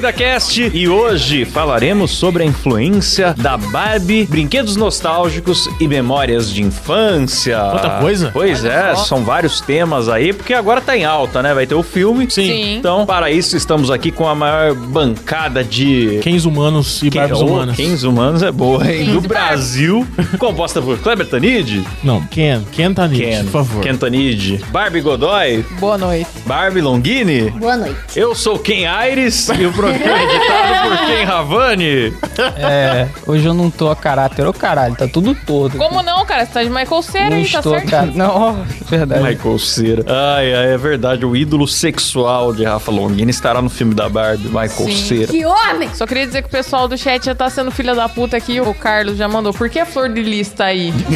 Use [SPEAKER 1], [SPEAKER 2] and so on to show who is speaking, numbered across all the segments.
[SPEAKER 1] da um Cast e hoje falaremos sobre a influência da Barbie, brinquedos nostálgicos e memórias de infância.
[SPEAKER 2] Quanta coisa.
[SPEAKER 1] Pois é, são vários temas aí, porque agora tá em alta, né? Vai ter o filme.
[SPEAKER 2] Sim.
[SPEAKER 3] Sim.
[SPEAKER 1] Então, para isso, estamos aqui com a maior bancada de
[SPEAKER 2] Quens humanos e
[SPEAKER 1] Quem-
[SPEAKER 2] barbas
[SPEAKER 1] oh,
[SPEAKER 2] é? humanas.
[SPEAKER 1] Quens humanos é boa, hein?
[SPEAKER 3] Quens
[SPEAKER 1] Do
[SPEAKER 3] e
[SPEAKER 1] Brasil, composta por Kleber Tanid,
[SPEAKER 2] Não, Ken. Ken tá nisso,
[SPEAKER 1] Ken,
[SPEAKER 2] por favor.
[SPEAKER 1] Ken Tanid, Barbie Godoy,
[SPEAKER 3] Boa noite.
[SPEAKER 1] Barbie Longini.
[SPEAKER 4] Boa noite.
[SPEAKER 1] Eu sou Ken Aires e o programa é editado por Ken Ravani.
[SPEAKER 5] É, hoje eu não tô a caráter. Ô caralho, tá tudo todo.
[SPEAKER 3] Como não, cara? Você tá de Michael Cera
[SPEAKER 5] não
[SPEAKER 3] aí, tá
[SPEAKER 5] estou a
[SPEAKER 3] certo?
[SPEAKER 5] caráter. Não, ó, verdade.
[SPEAKER 1] Michael Cera. Ai, ai, é verdade. O ídolo sexual de Rafa Longini estará no filme da Barbie, Michael
[SPEAKER 3] Sim.
[SPEAKER 1] Cera.
[SPEAKER 4] Que homem!
[SPEAKER 3] Só queria dizer que o pessoal do chat já tá sendo filha da puta aqui. O Carlos já mandou. Por que a flor de lis tá aí?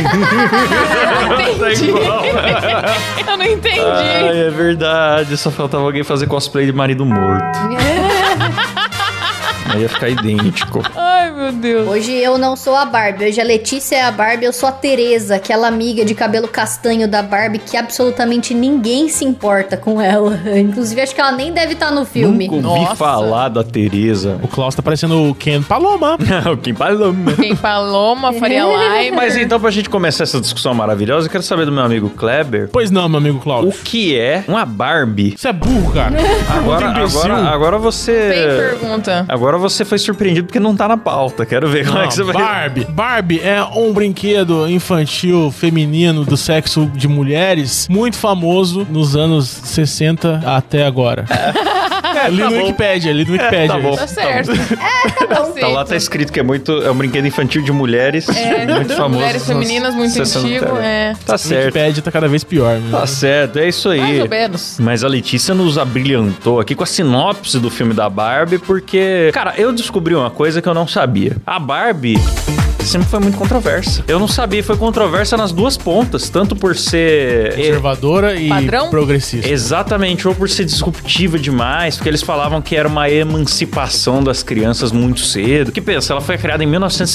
[SPEAKER 3] eu não
[SPEAKER 1] Tá
[SPEAKER 3] entendi.
[SPEAKER 1] igual.
[SPEAKER 3] eu não entendi.
[SPEAKER 1] Ai, é verdade. Só faltava alguém fazer cosplay de marido morto. Aí ia ficar idêntico.
[SPEAKER 3] Ai, meu Deus.
[SPEAKER 4] Hoje eu não sou a Barbie, hoje a Letícia é a Barbie, eu sou a Tereza, aquela amiga de cabelo castanho da Barbie que absolutamente ninguém se importa com ela. Inclusive, acho que ela nem deve estar no filme.
[SPEAKER 1] Nunca ouvi
[SPEAKER 3] Nossa.
[SPEAKER 1] falar da Tereza.
[SPEAKER 2] O Klaus tá parecendo o Ken Paloma.
[SPEAKER 1] o Kim Paloma.
[SPEAKER 3] Tem Paloma, Faria Lima.
[SPEAKER 1] Mas então, pra gente começar essa discussão maravilhosa, eu quero saber do meu amigo Kleber.
[SPEAKER 2] Pois não, meu amigo
[SPEAKER 1] O
[SPEAKER 2] Klaus.
[SPEAKER 1] que é uma Barbie?
[SPEAKER 2] Você é burro, cara.
[SPEAKER 1] Agora,
[SPEAKER 2] imbecil.
[SPEAKER 1] agora, agora
[SPEAKER 3] Tem
[SPEAKER 1] você.
[SPEAKER 3] pergunta.
[SPEAKER 1] Agora você foi surpreendido porque não tá na pauta. Quero ver como é que você
[SPEAKER 2] Não,
[SPEAKER 1] vai.
[SPEAKER 2] Barbie. Barbie é um brinquedo infantil feminino do sexo de mulheres muito famoso nos anos 60 até agora. É, li
[SPEAKER 1] É,
[SPEAKER 2] no
[SPEAKER 1] tá bom.
[SPEAKER 2] Wikipedia, li no Wikipedia.
[SPEAKER 1] tá bom.
[SPEAKER 3] Tá certo.
[SPEAKER 1] Tá lá tá
[SPEAKER 3] Aceito.
[SPEAKER 1] escrito que é muito é um brinquedo infantil de mulheres, muito famoso.
[SPEAKER 3] É.
[SPEAKER 1] nos
[SPEAKER 3] Mulheres femininas, muito
[SPEAKER 1] sessenta e
[SPEAKER 3] antigo,
[SPEAKER 1] oitenta.
[SPEAKER 3] é.
[SPEAKER 1] Tá
[SPEAKER 2] O
[SPEAKER 1] certo.
[SPEAKER 2] Wikipedia tá cada vez pior. meu.
[SPEAKER 1] Tá certo, é isso aí.
[SPEAKER 3] Mais ou menos.
[SPEAKER 1] Mas a Letícia nos abrilhantou aqui com a sinopse do filme da Barbie, porque, cara, eu descobri uma coisa que eu não sabia. A Barbie sempre foi muito controversa. Eu não sabia, foi controversa nas duas pontas, tanto por ser é,
[SPEAKER 2] Conservadora e
[SPEAKER 3] Padrão?
[SPEAKER 2] progressista.
[SPEAKER 1] Exatamente, ou por ser disruptiva demais, porque eles falavam que era uma emancipação das crianças muito cedo. Que pensa, ela foi criada em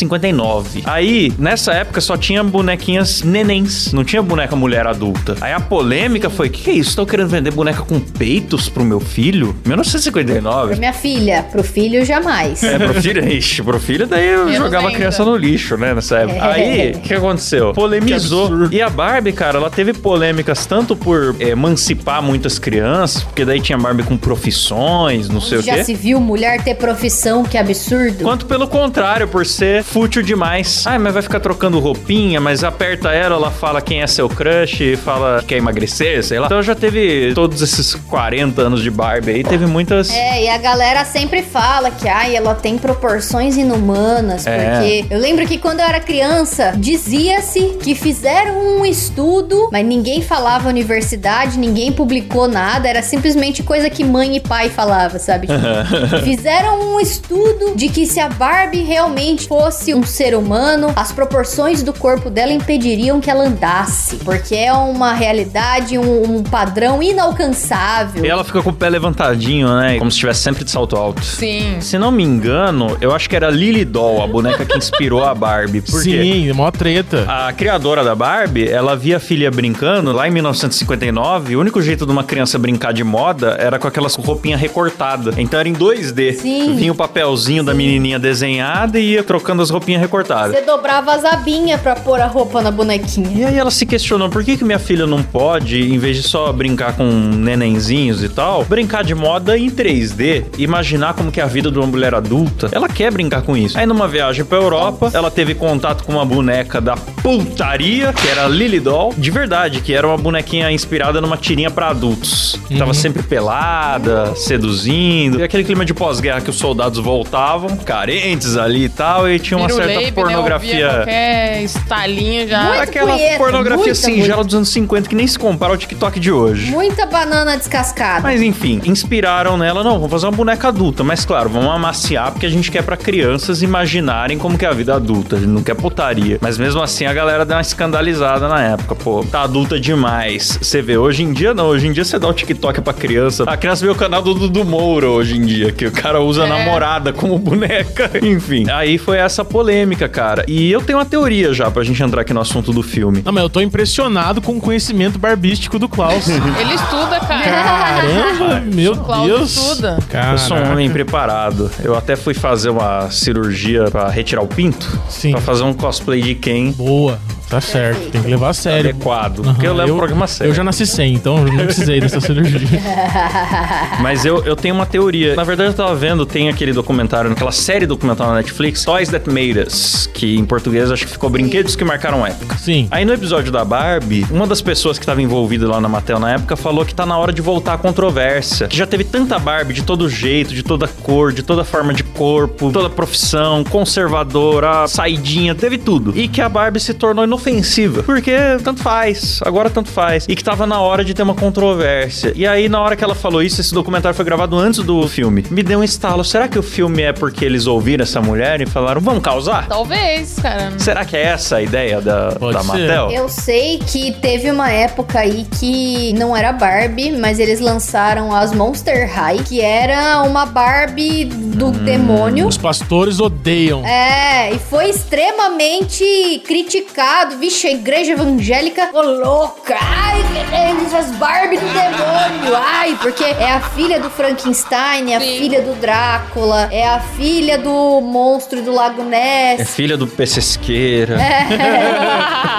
[SPEAKER 1] 1959. Aí, nessa época, só tinha bonequinhas nenéns, não tinha boneca mulher adulta. Aí a polêmica foi: que, que é isso? Estão querendo vender boneca com peitos pro meu filho? 1959?
[SPEAKER 4] Pra minha filha, pro filho, jamais.
[SPEAKER 1] É, pro filho, ixi, pro filho, daí eu
[SPEAKER 3] Menos
[SPEAKER 1] jogava a
[SPEAKER 3] ainda.
[SPEAKER 1] criança no lixo, né, nessa época.
[SPEAKER 4] É.
[SPEAKER 1] Aí, o que aconteceu?
[SPEAKER 2] Que
[SPEAKER 1] Polemizou.
[SPEAKER 2] absurdo.
[SPEAKER 1] E a Barbie, cara, ela teve polêmicas tanto por eh, emancipar muitas crianças, porque daí tinha Barbie com profissões, não sei o
[SPEAKER 4] Já
[SPEAKER 1] quê.
[SPEAKER 4] se viu mulher ter profissão, que absurdo.
[SPEAKER 1] Quanto pelo contrário, por ser fútil demais. Ai, mas vai ficar trocando roupinha, mas aperta ela, ela fala quem é seu crush, fala que quer emagrecer, sei lá. Então já teve todos esses 40 anos de Barbie aí, teve muitas...
[SPEAKER 4] É, e a galera sempre fala que ai, ela tem proporções inumanas,
[SPEAKER 1] É.
[SPEAKER 4] porque eu lembro que quando eu era criança, dizia-se que fizeram um estudo, mas ninguém falava universidade, ninguém publicou nada, era simplesmente coisa que mãe e pai falava, sabe? Tipo, fizeram um estudo de que se a Barbie realmente fosse um ser humano, as proporções do corpo dela impediriam que ela andasse, porque é uma realidade, um, um padrão inalcançável.
[SPEAKER 1] E ela fica com o pé levantadinho, né? Como se estivesse sempre de salto alto.
[SPEAKER 3] Sim.
[SPEAKER 1] Se não me engano, eu acho que era Lily Doll, a boneca que inspirou a Barbie. Por quê?
[SPEAKER 2] Sim, mó treta.
[SPEAKER 1] A criadora da Barbie, ela via a filha brincando lá em 1959. O único jeito de uma criança brincar de moda era com aquelas roupinha recortada. Então era em 2D.
[SPEAKER 4] Sim.
[SPEAKER 1] Vinha o papelzinho da menininha desenhada e ia trocando as roupinhas recortadas.
[SPEAKER 4] Você dobrava as abinhas pra pôr a roupa na bonequinha.
[SPEAKER 1] E aí ela se questionou, por que que minha filha não pode, em vez de só brincar com nenenzinhos e tal, brincar de moda em 3D, imaginar como que é a vida de uma mulher adulta? Ela quer brincar com isso. Aí numa viagem pra Europa, ela teve contato com uma boneca da putaria, que era a Lily Doll, de verdade, que era uma bonequinha inspirada numa tirinha pra adultos. Tava sempre pelada, seduzindo. E aquele clima de pós-guerra que os soldados voltavam, carentes ali e tal, e tinha uma certa
[SPEAKER 3] Né? Eu via
[SPEAKER 1] pornografia
[SPEAKER 3] qualquer estalinho já.
[SPEAKER 4] Muito
[SPEAKER 1] aquela
[SPEAKER 4] punheta,
[SPEAKER 1] pornografia
[SPEAKER 4] muita
[SPEAKER 1] singela dos anos 50 que nem se compara ao TikTok de hoje.
[SPEAKER 4] Muita banana descascada.
[SPEAKER 1] Mas enfim, inspiraram nela, não, vamos fazer uma boneca adulta, mas claro, vamos amaciar porque a gente quer pra crianças imaginarem como que é a vida adulta, a gente não quer putaria. Mas mesmo assim a galera deu uma escandalizada na época, pô, tá adulta demais. Você vê, hoje em dia não, hoje em dia você dá o TikTok pra criança. A criança vê o canal do Dudu Moura hoje em dia, que o cara usa a namorada como boneca. Enfim, aí foi essa polêmica, cara. E eu tenho uma teoria já pra gente entrar aqui no assunto do filme.
[SPEAKER 2] Não, mas eu tô impressionado com o conhecimento barbístico do Klaus.
[SPEAKER 3] Ele estuda, cara.
[SPEAKER 2] Caramba, meu
[SPEAKER 3] Cláudio
[SPEAKER 2] Deus.
[SPEAKER 3] estuda.
[SPEAKER 2] Caraca.
[SPEAKER 1] Eu sou um homem preparado. Eu até fui fazer uma cirurgia pra retirar o pinto.
[SPEAKER 2] Sim.
[SPEAKER 1] Pra fazer um cosplay de quem
[SPEAKER 2] Boa, tá certo. Tem que levar a sério.
[SPEAKER 1] adequado.
[SPEAKER 2] Aham,
[SPEAKER 1] Porque eu levo o programa a sério.
[SPEAKER 2] Eu já nasci sem, então eu não precisei dessa cirurgia.
[SPEAKER 1] Mas eu, eu tenho uma teoria. Na verdade, eu tava vendo, tem aquele documentário, aquela série documental na Netflix, Toys That Made Us, que em português acho que ficou Brinquedos que Marcaram Época.
[SPEAKER 2] Sim.
[SPEAKER 1] Aí no episódio da Barbie, uma das pessoas que estava envolvida lá na Mattel na época falou que tá na hora de voltar à controvérsia. Que já teve tanta Barbie de todo jeito, de toda cor, de toda forma de corpo, toda profissão, conservadora, saidinha, teve tudo. E que a Barbie se tornou inofensiva. Porque tanto faz, agora tanto faz. E que tava na hora de ter uma controvérsia. E aí, na hora que ela falou isso, esse documentário foi gravado antes do filme. Me deu um estalo. Será que o filme é porque eles ouviram essa mulher e falaram, vamos causar?
[SPEAKER 3] Então. Talvez, cara.
[SPEAKER 1] Será que é essa a ideia da,
[SPEAKER 2] Pode
[SPEAKER 1] da
[SPEAKER 2] ser.
[SPEAKER 1] Mattel?
[SPEAKER 4] Eu sei que teve uma época aí que não era Barbie, mas eles lançaram as Monster High, que era uma Barbie do demônio.
[SPEAKER 2] Os pastores odeiam.
[SPEAKER 4] É, e foi extremamente criticado. Vixe, a igreja evangélica ô louca. Ai, eles as Barbie do demônio. Ai, porque é a filha do Frankenstein, é a
[SPEAKER 3] Sim.
[SPEAKER 4] filha do Drácula, é a filha do monstro do Lago
[SPEAKER 1] É
[SPEAKER 4] Ness.
[SPEAKER 1] filha do Pessesqueira.
[SPEAKER 3] É.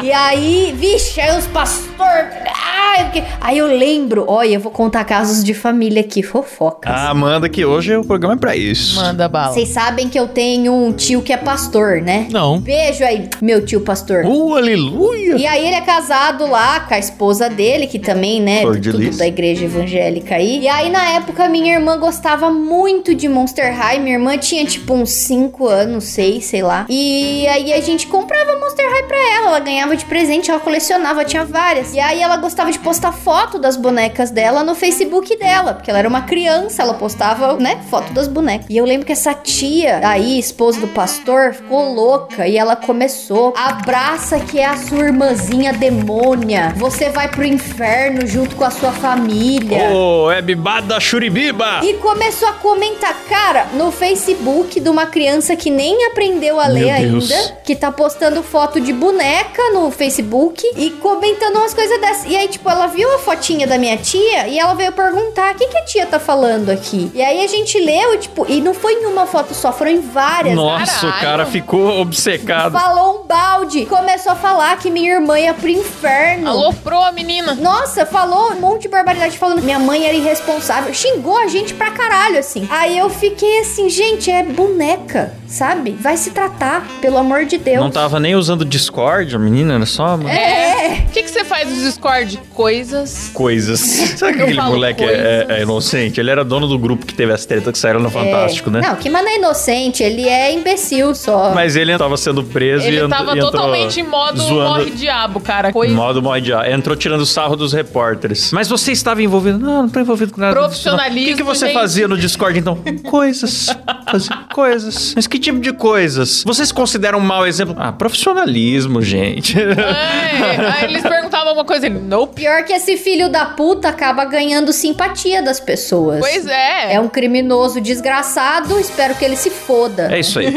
[SPEAKER 4] e aí, vixe, aí os pastores. Ai, porque... aí eu lembro. Olha, eu vou contar casos de família aqui, fofocas.
[SPEAKER 1] A Amanda, que hoje o programa é pra isso.
[SPEAKER 3] Manda bala.
[SPEAKER 4] Vocês sabem que eu tenho um tio que é pastor, né?
[SPEAKER 2] Não.
[SPEAKER 4] Beijo aí, meu tio pastor.
[SPEAKER 1] Uh, aleluia!
[SPEAKER 4] E aí ele é casado lá com a esposa dele, que também, né,
[SPEAKER 1] Flor de
[SPEAKER 4] tudo
[SPEAKER 1] lis.
[SPEAKER 4] da igreja evangélica aí. E aí na época minha irmã gostava muito de Monster High, minha irmã tinha tipo uns 5 anos, 6, sei lá. E aí a gente comprava Monster High pra ela, ela ganhava de presente, ela colecionava, tinha várias. E aí ela gostava de postar foto das bonecas dela no Facebook dela, porque ela era uma criança, ela postava, né, foto das bonecas. E eu lembro que essa tia aí, esposa do pastor, ficou louca e ela começou: abraça que é a sua irmãzinha demônia. Você vai pro inferno junto com a sua família.
[SPEAKER 1] Ô, é bibada churibiba!
[SPEAKER 4] E começou a comentar, cara, no Facebook de uma criança que nem aprendeu a ler
[SPEAKER 2] Deus.
[SPEAKER 4] ainda, que tá postando foto de boneca no Facebook e comentando umas coisas dessas. E aí, tipo, ela viu a fotinha da minha tia e ela veio perguntar: o que, que a tia tá falando aqui? E aí a gente leu, tipo, e não foi em uma foto só, foram em várias.
[SPEAKER 1] Nossa, o
[SPEAKER 3] é Caralho.
[SPEAKER 1] cara ficou obcecado.
[SPEAKER 4] Falou um balde, começou a falar que minha irmã ia pro inferno.
[SPEAKER 3] Aloprou a menina.
[SPEAKER 4] Nossa, falou um monte de barbaridade falando minha mãe era irresponsável. Xingou a gente pra caralho, assim. Aí eu fiquei assim, gente, é boneca, sabe? Vai se tratar, pelo amor de Deus.
[SPEAKER 1] Não tá- tava nem usando Discord, a menina era só uma-
[SPEAKER 4] É.
[SPEAKER 3] O que, que você faz no Discord? Coisas.
[SPEAKER 1] coisas. Sabe que
[SPEAKER 3] Eu
[SPEAKER 1] aquele
[SPEAKER 3] falo
[SPEAKER 1] moleque é,
[SPEAKER 3] coisas. É.
[SPEAKER 1] é- é inocente? Ele era dono do grupo que teve as tretas que saíram no Fantástico, né?
[SPEAKER 4] Não, que mano é inocente, ele é imbecil só.
[SPEAKER 1] Mas ele tava sendo preso e
[SPEAKER 3] Ele
[SPEAKER 1] ent-
[SPEAKER 3] tava
[SPEAKER 1] entrou
[SPEAKER 3] totalmente em modo
[SPEAKER 1] zoando...
[SPEAKER 3] morre diabo, cara.
[SPEAKER 1] Em
[SPEAKER 3] Coisa.
[SPEAKER 1] Modo mod já. Entrou tirando sarro dos repórteres. Mas você estava envolvido? Não, não tô envolvido com nada. disso, não.
[SPEAKER 3] Profissionalismo,
[SPEAKER 1] O que, que você
[SPEAKER 3] gente.
[SPEAKER 1] fazia no Discord então? coisas. Fazia coisas. Mas que tipo de coisas? Vocês consideram um mau exemplo? Ah, profissionalismo, gente.
[SPEAKER 3] Ai, é. aí eles perguntavam uma coisa, ele, nope.
[SPEAKER 4] Pior que esse filho da puta acaba ganhando simpatia das pessoas.
[SPEAKER 3] Pois é.
[SPEAKER 4] É um criminoso desgraçado, espero que ele se foda.
[SPEAKER 1] É isso aí.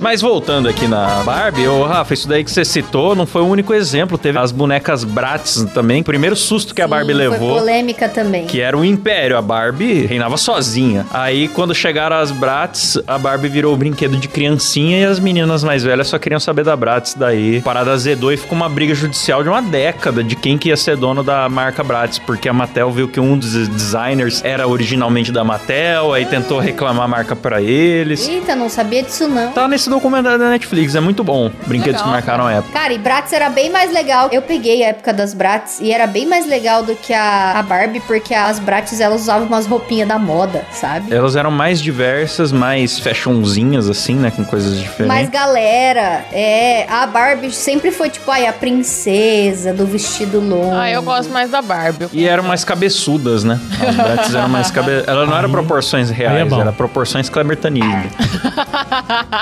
[SPEAKER 1] Mas voltando aqui na Barbie, ô Rafa, isso daí que você citou não foi o único exemplo. Teve as bonecas Bratz também. Primeiro susto que a
[SPEAKER 4] Sim,
[SPEAKER 1] Barbie
[SPEAKER 4] Foi
[SPEAKER 1] levou.
[SPEAKER 4] polêmica também.
[SPEAKER 1] Que é era o império, a Barbie reinava sozinha. Aí, quando chegaram as Bratz, a Barbie virou o brinquedo de criancinha e as meninas mais velhas só queriam saber da Bratz. Daí, a parada azedou e ficou uma briga judicial de uma década de quem que ia ser dono da marca Bratz, porque a Mattel viu que um dos designers era originalmente da Mattel, aí tentou reclamar a marca pra eles.
[SPEAKER 4] Eita, não sabia disso não.
[SPEAKER 1] Tá nesse documentário da Netflix, é muito bom. Brinquedos
[SPEAKER 3] Legal,
[SPEAKER 1] que marcaram a época.
[SPEAKER 4] Cara, e Bratz era bem mais legal. Eu peguei a época das Bratz e era bem mais legal do que a, a Barbie, porque as Bratz elas usavam umas roupinhas da moda, sabe?
[SPEAKER 1] Elas eram mais diversas, mais fashionzinhas, assim, né? Com coisas
[SPEAKER 4] Mas
[SPEAKER 1] diferentes.
[SPEAKER 4] galera, é. A Barbie sempre foi tipo, ai, a princesa do vestido longo.
[SPEAKER 3] Ah, eu gosto mais da Barbie.
[SPEAKER 1] E é eram mais cabeçudas, né? As Bratz eram mais cabeçudas. Ela não era proporções
[SPEAKER 2] aí é
[SPEAKER 1] reais,
[SPEAKER 2] bom.
[SPEAKER 1] era proporções clambertanismo.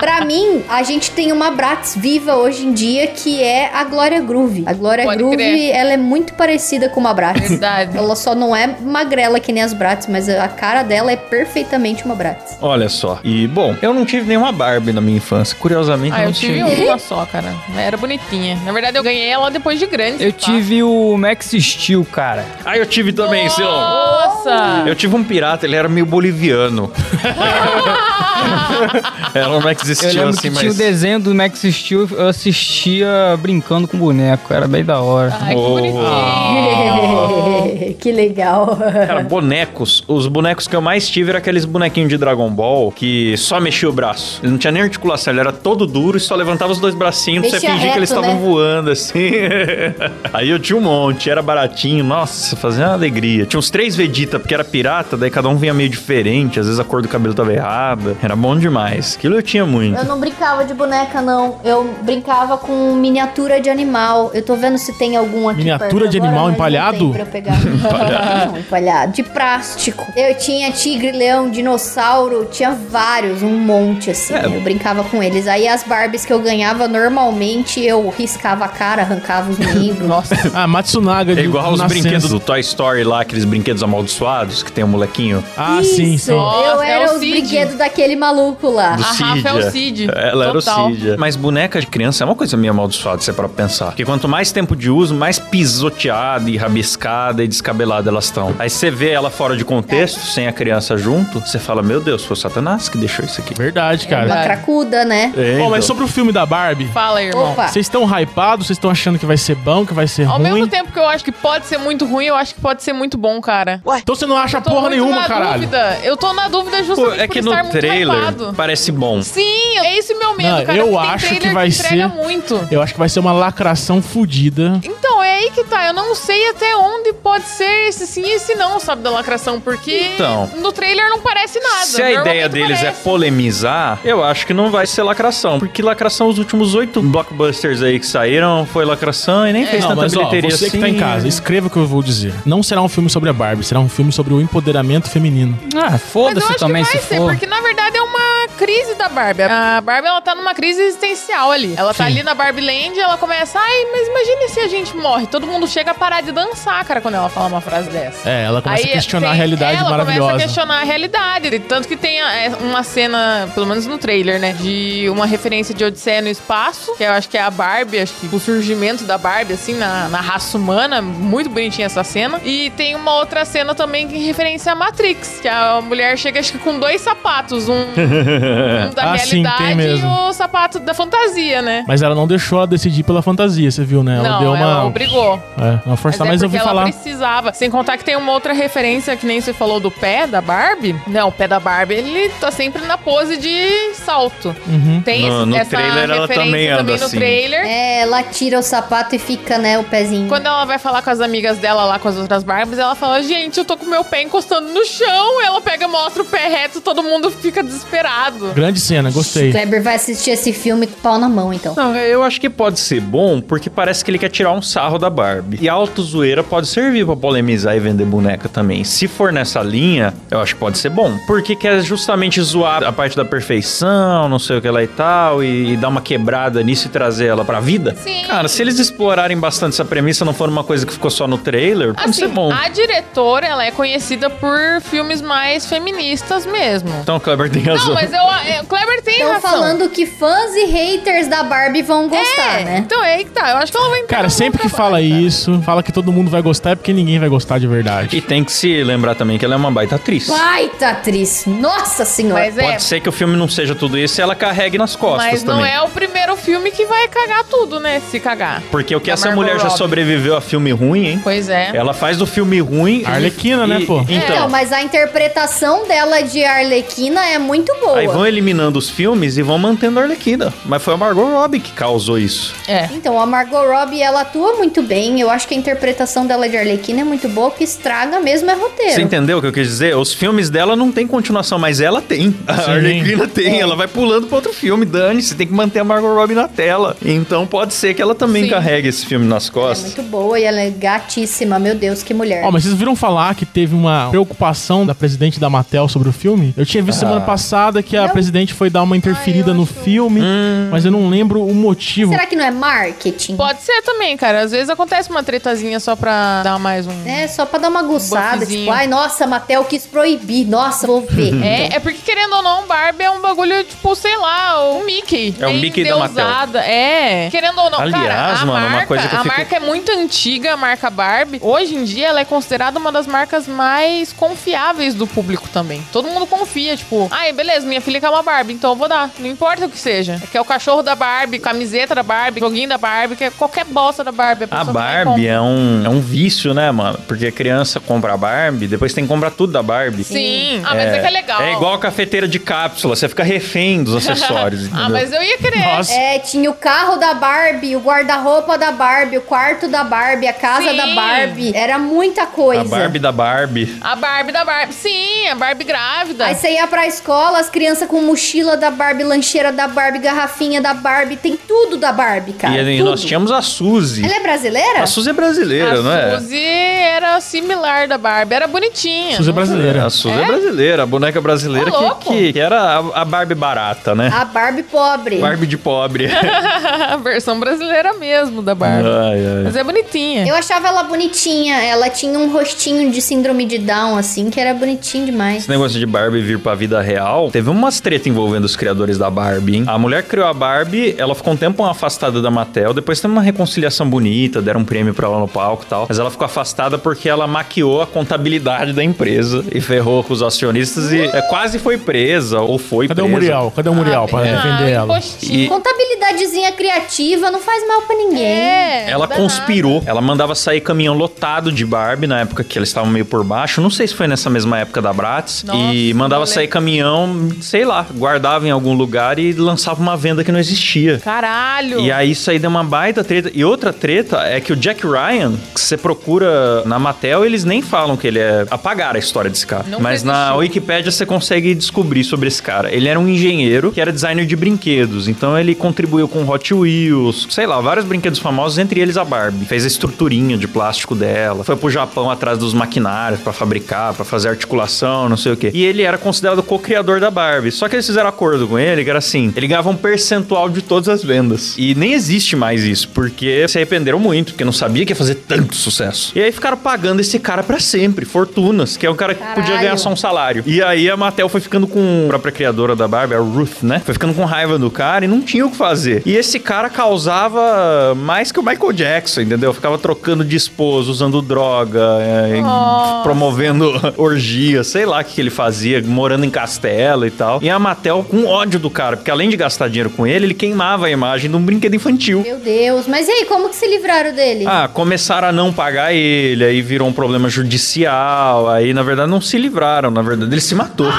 [SPEAKER 4] Pra mim, a gente tem uma Bratz viva hoje em dia, que é a Glória Groove. A Glória
[SPEAKER 3] Pode
[SPEAKER 4] Groove,
[SPEAKER 3] crer.
[SPEAKER 4] ela é muito parecida com uma Bratz.
[SPEAKER 3] Verdade.
[SPEAKER 4] Ela só não é magrela que nem as Bratz, mas a cara dela é perfeitamente uma Bratz.
[SPEAKER 1] Olha só. E, bom, eu não tive nenhuma Barbie na minha infância. Curiosamente,
[SPEAKER 3] Ah,
[SPEAKER 1] não
[SPEAKER 3] eu tive uma só, cara. Era bonitinha. Na verdade, eu ganhei ela depois de grande. tá?
[SPEAKER 5] Eu
[SPEAKER 3] pá.
[SPEAKER 5] tive o Max Steel, cara.
[SPEAKER 1] Ah, eu tive também, Silão.
[SPEAKER 3] Nossa!
[SPEAKER 1] Eu tive um pirata, ele era meio boliviano. era um Max
[SPEAKER 5] Eu
[SPEAKER 1] Steel,
[SPEAKER 5] lembro
[SPEAKER 1] assim,
[SPEAKER 5] que tinha
[SPEAKER 1] mas...
[SPEAKER 5] o desenho do Max Steel, eu assistia brincando com boneco, era bem da hora.
[SPEAKER 3] Ai, que
[SPEAKER 1] Oh.
[SPEAKER 3] bonitinho!
[SPEAKER 4] que legal.
[SPEAKER 1] Cara, bonecos. Os bonecos que eu mais tive eram aqueles bonequinhos de Dragon Ball que só mexia o braço. Ele não tinha nem articulação, ele era todo duro e só levantava os dois bracinhos pra você
[SPEAKER 4] Mexia
[SPEAKER 1] fingir que eles
[SPEAKER 4] reto,
[SPEAKER 1] estavam
[SPEAKER 4] né?
[SPEAKER 1] voando, assim. Aí eu tinha um monte, era baratinho. Nossa, fazia uma alegria. Tinha uns três Vegeta, porque era pirata, daí cada um vinha meio diferente. Às vezes a cor do cabelo tava errada. Era bom demais. Aquilo eu tinha muito.
[SPEAKER 4] Eu não brincava de boneca, não. Eu brincava com miniatura de animal. Eu tô vendo se tem algum aqui.
[SPEAKER 2] Miniatura
[SPEAKER 4] perto
[SPEAKER 2] de
[SPEAKER 4] agora,
[SPEAKER 2] animal
[SPEAKER 4] mas não
[SPEAKER 2] empalhado?
[SPEAKER 4] tem pra eu pegar. empalhado. Não, empalhado. De plástico. Eu tinha tigre, leão, dinossauro. Tinha vários, um monte assim.
[SPEAKER 1] É.
[SPEAKER 4] Eu brincava com eles. Aí as Barbies que eu ganhava, normalmente eu riscava a cara, arrancava os membros.
[SPEAKER 5] Nossa,
[SPEAKER 2] Ah, Matsunaga de
[SPEAKER 1] É igual os
[SPEAKER 2] Nascença.
[SPEAKER 1] brinquedos do Toy Story lá, aqueles brinquedos amaldiçoados que tem um molequinho.
[SPEAKER 2] Ah,
[SPEAKER 4] Isso.
[SPEAKER 2] sim, sim.
[SPEAKER 4] eu
[SPEAKER 3] Nossa, é
[SPEAKER 4] era
[SPEAKER 3] o
[SPEAKER 4] os
[SPEAKER 3] Cid.
[SPEAKER 4] brinquedos daquele maluco lá.
[SPEAKER 1] Do
[SPEAKER 3] A Rafa
[SPEAKER 1] Cid,
[SPEAKER 3] é o
[SPEAKER 1] é.
[SPEAKER 3] Cid.
[SPEAKER 1] Ela era o
[SPEAKER 3] Total.
[SPEAKER 1] Cid. é. Mas boneca de criança é uma coisa meio amaldiçoada, se é pra pensar. Porque quanto mais tempo de uso, mais pisoteada e rabiscada e descabelada elas estão. Aí você vê ela fora de contexto,
[SPEAKER 3] É.
[SPEAKER 1] sem a criança junto, você fala, meu Deus, foi o Satanás que deixou isso aqui.
[SPEAKER 2] Verdade,
[SPEAKER 3] É
[SPEAKER 4] Uma
[SPEAKER 2] cara.
[SPEAKER 4] cracuda, né?
[SPEAKER 1] É,
[SPEAKER 2] Bom, mas
[SPEAKER 1] então.
[SPEAKER 2] sobre o filme da Barbie,
[SPEAKER 3] Fala, irmão.
[SPEAKER 4] Opa.
[SPEAKER 2] vocês estão hypados? Vocês estão achando que vai ser bom, que vai ser
[SPEAKER 3] Ao
[SPEAKER 2] ruim?
[SPEAKER 3] mesmo tempo que eu acho que pode ser muito ruim, eu acho que pode ser muito bom, cara.
[SPEAKER 2] Então você não acha
[SPEAKER 3] Tô
[SPEAKER 2] porra
[SPEAKER 3] muito
[SPEAKER 2] nenhuma,
[SPEAKER 3] na
[SPEAKER 2] caralho.
[SPEAKER 3] dúvida. Eu tô na dúvida
[SPEAKER 1] Pô,
[SPEAKER 3] justamente
[SPEAKER 1] é que
[SPEAKER 3] por
[SPEAKER 1] no
[SPEAKER 3] estar muito
[SPEAKER 1] trailer
[SPEAKER 3] hypado.
[SPEAKER 1] parece bom.
[SPEAKER 3] Sim, é esse meu medo,
[SPEAKER 2] Não,
[SPEAKER 3] cara.
[SPEAKER 2] eu
[SPEAKER 3] porque tem
[SPEAKER 2] acho
[SPEAKER 3] trailer
[SPEAKER 2] que vai
[SPEAKER 3] entrega
[SPEAKER 2] ser-
[SPEAKER 3] muito.
[SPEAKER 2] Eu acho que vai ser uma lacração fodida.
[SPEAKER 3] Então, é aí que tá. Eu não sei até onde pode ser esse sim e esse não, sabe, da lacração. Porque
[SPEAKER 1] Então.
[SPEAKER 3] no trailer não parece nada.
[SPEAKER 1] Se a ideia
[SPEAKER 3] Normalmente
[SPEAKER 1] deles é
[SPEAKER 3] parece.
[SPEAKER 1] polemizar, eu acho que não vai ser lacração. Porque lacração, os últimos oito blockbusters aí que saíram, foi lacração
[SPEAKER 3] É.
[SPEAKER 1] e nem fez
[SPEAKER 2] Não,
[SPEAKER 1] tanta
[SPEAKER 2] mas ó, você
[SPEAKER 1] bilheteria
[SPEAKER 2] que
[SPEAKER 1] assim.
[SPEAKER 2] tá em casa, escreva o que eu vou dizer. Não será um filme sobre a Barbie, será um filme sobre o empoderamento feminino.
[SPEAKER 5] ah,
[SPEAKER 3] Mas eu
[SPEAKER 5] foda-se
[SPEAKER 3] acho
[SPEAKER 5] também
[SPEAKER 3] que
[SPEAKER 5] se
[SPEAKER 3] vai ser,
[SPEAKER 5] for.
[SPEAKER 3] porque na verdade é uma crise da Barbie. A Barbie, ela tá numa crise existencial ali. Ela tá
[SPEAKER 2] Sim.
[SPEAKER 3] ali na Barbie Land e ela começa, ai, mas imagine se a gente morre. Todo mundo chega a parar de dançar, cara, quando ela fala uma frase dessa.
[SPEAKER 2] É, ela começa
[SPEAKER 3] Aí,
[SPEAKER 2] a questionar
[SPEAKER 3] tem-
[SPEAKER 2] a realidade
[SPEAKER 3] ela
[SPEAKER 2] maravilhosa.
[SPEAKER 3] começa a questionar a realidade. Tanto que tem é, uma cena, pelo menos no trailer, né? De uma referência de Odisseia no espaço, que eu acho que é a Barbie, acho que o surgimento da Barbie, assim, na, na raça humana. Muito bonitinha essa cena. E tem uma outra cena também que em referência a Matrix, que a mulher chega, acho que com dois sapatos. Um, um da
[SPEAKER 2] Ah, sim,
[SPEAKER 3] realidade
[SPEAKER 2] tem mesmo.
[SPEAKER 3] e o sapato da fantasia, né?
[SPEAKER 2] Mas ela não deixou a decidir pela fantasia, você viu, né? Ela
[SPEAKER 3] Não,
[SPEAKER 2] deu uma.
[SPEAKER 3] ela obrigou.
[SPEAKER 2] É, uma força, mas,
[SPEAKER 3] é
[SPEAKER 2] eu
[SPEAKER 3] porque
[SPEAKER 2] vi
[SPEAKER 3] ela
[SPEAKER 2] falar.
[SPEAKER 3] precisava. Sem contar que tem uma outra referência que nem você falou do pé da Barbie. Não, o pé da Barbie, ele tá sempre na pose de salto.
[SPEAKER 2] Uhum.
[SPEAKER 3] Tem
[SPEAKER 1] No-
[SPEAKER 3] esse-
[SPEAKER 1] no
[SPEAKER 3] essa
[SPEAKER 1] trailer ela
[SPEAKER 3] referência
[SPEAKER 1] também
[SPEAKER 3] também,
[SPEAKER 1] anda
[SPEAKER 3] no
[SPEAKER 1] assim.
[SPEAKER 3] trailer.
[SPEAKER 4] É, ela tira o sapato e fica, né, o pezinho.
[SPEAKER 3] Quando ela vai falar com as amigas dela lá, com as outras Barbies, ela fala, gente, eu tô com meu pé encostando no chão. Ela pega, mostra o pé reto, todo mundo fica desesperado.
[SPEAKER 2] Grande cena, gostei.
[SPEAKER 4] Kleber vai assistir esse filme com o pau na mão, então.
[SPEAKER 1] Não, eu acho que pode ser bom, porque parece que ele quer tirar um sarro da Barbie. E a autozoeira pode servir pra polemizar e vender boneca também. Se for nessa linha, eu acho que pode ser bom. Porque quer justamente zoar a parte da perfeição, não sei o que lá e tal, e, e dar uma quebrada nisso e trazer ela pra vida.
[SPEAKER 3] Sim.
[SPEAKER 1] Cara, se eles explorarem bastante essa premissa, não for uma coisa que ficou só no trailer, pode
[SPEAKER 2] é
[SPEAKER 3] Assim,
[SPEAKER 1] ser bom.
[SPEAKER 3] a diretora, ela é conhecida por filmes mais feministas mesmo.
[SPEAKER 1] Então o Kleber tem razão.
[SPEAKER 3] Não, mas eu, eu, Kleber tem
[SPEAKER 4] Estão
[SPEAKER 3] razão.
[SPEAKER 4] falando que fãs e haters da Barbie vão gostar,
[SPEAKER 3] É,
[SPEAKER 4] né?
[SPEAKER 3] Então é aí que tá. Eu acho que ela vai entrar
[SPEAKER 2] Cara,
[SPEAKER 3] no
[SPEAKER 2] sempre que
[SPEAKER 3] trabalho,
[SPEAKER 2] fala
[SPEAKER 3] cara.
[SPEAKER 2] isso, fala que todo mundo vai gostar, é porque ninguém vai gostar de
[SPEAKER 1] E
[SPEAKER 2] verdade.
[SPEAKER 1] tem que se lembrar também que ela é uma baita atriz.
[SPEAKER 4] Baita atriz. Nossa senhora.
[SPEAKER 3] Mas é.
[SPEAKER 1] Pode ser que o filme não seja tudo isso e ela carregue nas costas
[SPEAKER 3] Mas
[SPEAKER 1] também.
[SPEAKER 3] não é o primeiro filme que vai cagar tudo, né? Se cagar.
[SPEAKER 1] Porque o que
[SPEAKER 4] É
[SPEAKER 3] Da
[SPEAKER 1] essa
[SPEAKER 3] Margot
[SPEAKER 1] mulher já
[SPEAKER 3] Robbie.
[SPEAKER 1] sobreviveu a filme ruim, hein?
[SPEAKER 3] Pois é.
[SPEAKER 1] Ela faz do filme ruim.
[SPEAKER 2] Arlequina, né, pô?
[SPEAKER 4] Então,
[SPEAKER 1] Então.
[SPEAKER 4] mas a interpretação dela de Arlequina é muito boa.
[SPEAKER 1] Aí vão eliminando os filmes e vão mantendo a Arlequina. Mas foi a Margot Robbie que causou isso.
[SPEAKER 3] É.
[SPEAKER 4] Então, a Margot Robbie, ela atua muito bem, bem. Eu acho que a interpretação dela de Arlequina é muito boa, porque estraga mesmo é roteiro.
[SPEAKER 1] Você entendeu o que eu quis dizer? Os filmes dela não tem continuação, mas ela tem. A
[SPEAKER 2] Sim.
[SPEAKER 1] Arlequina tem.
[SPEAKER 4] É.
[SPEAKER 1] Ela vai pulando pra outro filme, dane-se. Tem que manter a Margot Robbie na tela. Então pode ser que ela também
[SPEAKER 3] Sim.
[SPEAKER 1] carregue esse filme nas
[SPEAKER 4] Ela é
[SPEAKER 1] costas.
[SPEAKER 4] muito boa e ela é gatíssima. Meu Deus, que mulher.
[SPEAKER 2] Ó, mas vocês viram falar que teve uma preocupação da presidente da Mattel sobre o filme? Eu tinha visto
[SPEAKER 1] Ah.
[SPEAKER 2] semana passada que a
[SPEAKER 4] Não.
[SPEAKER 2] presidente foi dar uma interferida
[SPEAKER 4] eu
[SPEAKER 2] no
[SPEAKER 4] acho.
[SPEAKER 2] filme,
[SPEAKER 1] Hum.
[SPEAKER 2] mas eu não lembro o motivo.
[SPEAKER 4] Será que não é marketing?
[SPEAKER 3] Pode ser também, cara. Às vezes acontece uma tretazinha só pra dar mais um.
[SPEAKER 4] É, só pra dar uma aguçada,
[SPEAKER 3] buffzinho.
[SPEAKER 4] tipo, ai, nossa, Matel quis proibir, nossa, vou ver.
[SPEAKER 3] É, é porque querendo ou não, Barbie é um bagulho, tipo, sei lá, um Mickey.
[SPEAKER 1] É um
[SPEAKER 3] Bem
[SPEAKER 1] Mickey da Mattel.
[SPEAKER 3] endeusada. É. Querendo ou não, cara,
[SPEAKER 1] Aliás,
[SPEAKER 3] a
[SPEAKER 1] mano, uma
[SPEAKER 3] marca,
[SPEAKER 1] coisa que eu
[SPEAKER 3] a
[SPEAKER 1] fico-
[SPEAKER 3] marca é muito antiga, a marca Barbie. Hoje em dia ela é considerada uma das marcas mais confiáveis do público também. Todo mundo confia, tipo, ai, beleza, minha filha quer uma Barbie, então eu vou dar. Não importa o que seja. É que é o cachorro da Barbie, camiseta da Barbie, joguinho da Barbie, que é qualquer bosta da Barbie.
[SPEAKER 1] A
[SPEAKER 3] pessoa vai e
[SPEAKER 1] Barbie
[SPEAKER 3] compra.
[SPEAKER 1] é um, é um vício, né, mano? Porque a criança compra a Barbie, depois tem que comprar tudo da Barbie.
[SPEAKER 3] Sim. Ah, mas é, que é legal.
[SPEAKER 1] assim. É igual a cafeteira de cápsula, você fica refém dos acessórios.
[SPEAKER 3] Ah,
[SPEAKER 1] entendeu?
[SPEAKER 3] mas eu ia querer.
[SPEAKER 2] Nossa.
[SPEAKER 4] É, tinha o carro da Barbie, o guarda-roupa da Barbie, o quarto da Barbie, a casa
[SPEAKER 3] Sim.
[SPEAKER 4] da Barbie. Era muita
[SPEAKER 1] A
[SPEAKER 4] coisa.
[SPEAKER 1] Barbie da Barbie.
[SPEAKER 3] A Barbie da Barbie. Sim, a Barbie grávida.
[SPEAKER 4] Aí você ia pra escola, as crianças com mochila da Barbie, lancheira da Barbie, garrafinha da Barbie, tem tudo da Barbie, cara.
[SPEAKER 1] e aí
[SPEAKER 4] tudo.
[SPEAKER 1] nós tínhamos a Suzy.
[SPEAKER 4] Ela é brasileira?
[SPEAKER 1] A Suzy é brasileira,
[SPEAKER 3] a
[SPEAKER 1] não é?
[SPEAKER 3] Suzy era similar da Barbie, era bonitinha.
[SPEAKER 2] Suzy é
[SPEAKER 3] não-
[SPEAKER 2] brasileira.
[SPEAKER 1] A Suzy é?
[SPEAKER 3] É?
[SPEAKER 1] brasileira, a boneca brasileira
[SPEAKER 3] Ô,
[SPEAKER 1] que,
[SPEAKER 3] louco.
[SPEAKER 1] que- que era a, a Barbie barata, né?
[SPEAKER 4] A Barbie pobre.
[SPEAKER 1] Barbie de pobre.
[SPEAKER 3] a versão brasileira mesmo da Barbie.
[SPEAKER 1] ai, ai.
[SPEAKER 3] Mas é bonitinha.
[SPEAKER 4] Eu achava ela bonitinha, ela tinha um rostinho de síndrome de Down, assim, que era bonitinho demais.
[SPEAKER 1] Esse negócio de Barbie vir pra vida real, teve umas treta envolvendo os criadores da Barbie, hein? A mulher que criou a Barbie, ela ficou um tempo afastada da Mattel, depois teve uma reconciliação bonita, deram um prêmio pra ela no palco e tal, mas ela ficou afastada porque ela maquiou a contabilidade da empresa e ferrou com os acionistas e é, quase foi presa, ou foi
[SPEAKER 2] Cadê o
[SPEAKER 1] presa.
[SPEAKER 2] Muriel? Cadê o Muriel pra
[SPEAKER 3] Ah,
[SPEAKER 2] defender ela?
[SPEAKER 3] impostinha.
[SPEAKER 1] E-
[SPEAKER 4] Contabilidadezinha criativa não faz mal pra ninguém.
[SPEAKER 3] É,
[SPEAKER 1] Ela
[SPEAKER 3] danada.
[SPEAKER 1] conspirou, ela mandava sair caminhão lotado de Barbie na época que eles estavam meio por baixo. Não sei se foi nessa mesma época da Bratz.
[SPEAKER 3] Nossa,
[SPEAKER 1] e mandava
[SPEAKER 3] não
[SPEAKER 1] sair
[SPEAKER 3] lembro.
[SPEAKER 1] caminhão, sei lá, guardava em algum lugar e lançava uma venda que não existia.
[SPEAKER 3] Caralho.
[SPEAKER 1] E aí isso aí deu uma baita treta. E outra treta é que o Jack Ryan, que você procura na Mattel, eles nem falam que ele é. Apagaram a história desse cara.
[SPEAKER 3] Nunca
[SPEAKER 1] Mas na
[SPEAKER 3] existiu.
[SPEAKER 1] Wikipédia você consegue descobrir sobre esse cara. Ele era um engenheiro que era designer de brinquedos. Então ele contribuiu com Hot Wheels, sei lá, vários brinquedos famosos, entre eles a Barbie. Fez a estruturinha de plástico dela. Foi pro Japão atrás dos maquinários pra fabricar, pra fazer articulação, não sei o quê. E ele era considerado co-criador da Barbie. Só que eles fizeram acordo com ele, que era assim: ele ganhava um percentual de todas as vendas. E nem existe mais isso, porque se arrependeram muito, porque não sabia que ia fazer tanto sucesso. E aí ficaram pagando esse cara pra sempre, fortunas, que é um cara que
[SPEAKER 4] Caralho.
[SPEAKER 1] podia ganhar só um salário. E aí a Mattel foi ficando com a própria criadora da Barbie, a Ruth, né? Foi ficando com raiva do cara e não tinha o que fazer. E esse cara causava mais que o Michael Jackson, entendeu? Ficava trocando de esposa, usando droga, é,
[SPEAKER 3] Nossa.
[SPEAKER 1] promovendo orgia, sei lá o que que ele fazia, morando em castelo e tal. E a Mattel com ódio do cara, porque além de gastar dinheiro com ele, ele queimava a imagem de um brinquedo infantil.
[SPEAKER 4] Meu Deus, mas e aí, como que se livraram dele?
[SPEAKER 1] Ah, começaram a não pagar ele, aí virou um problema judicial, aí na verdade não se livraram, na verdade ele se matou.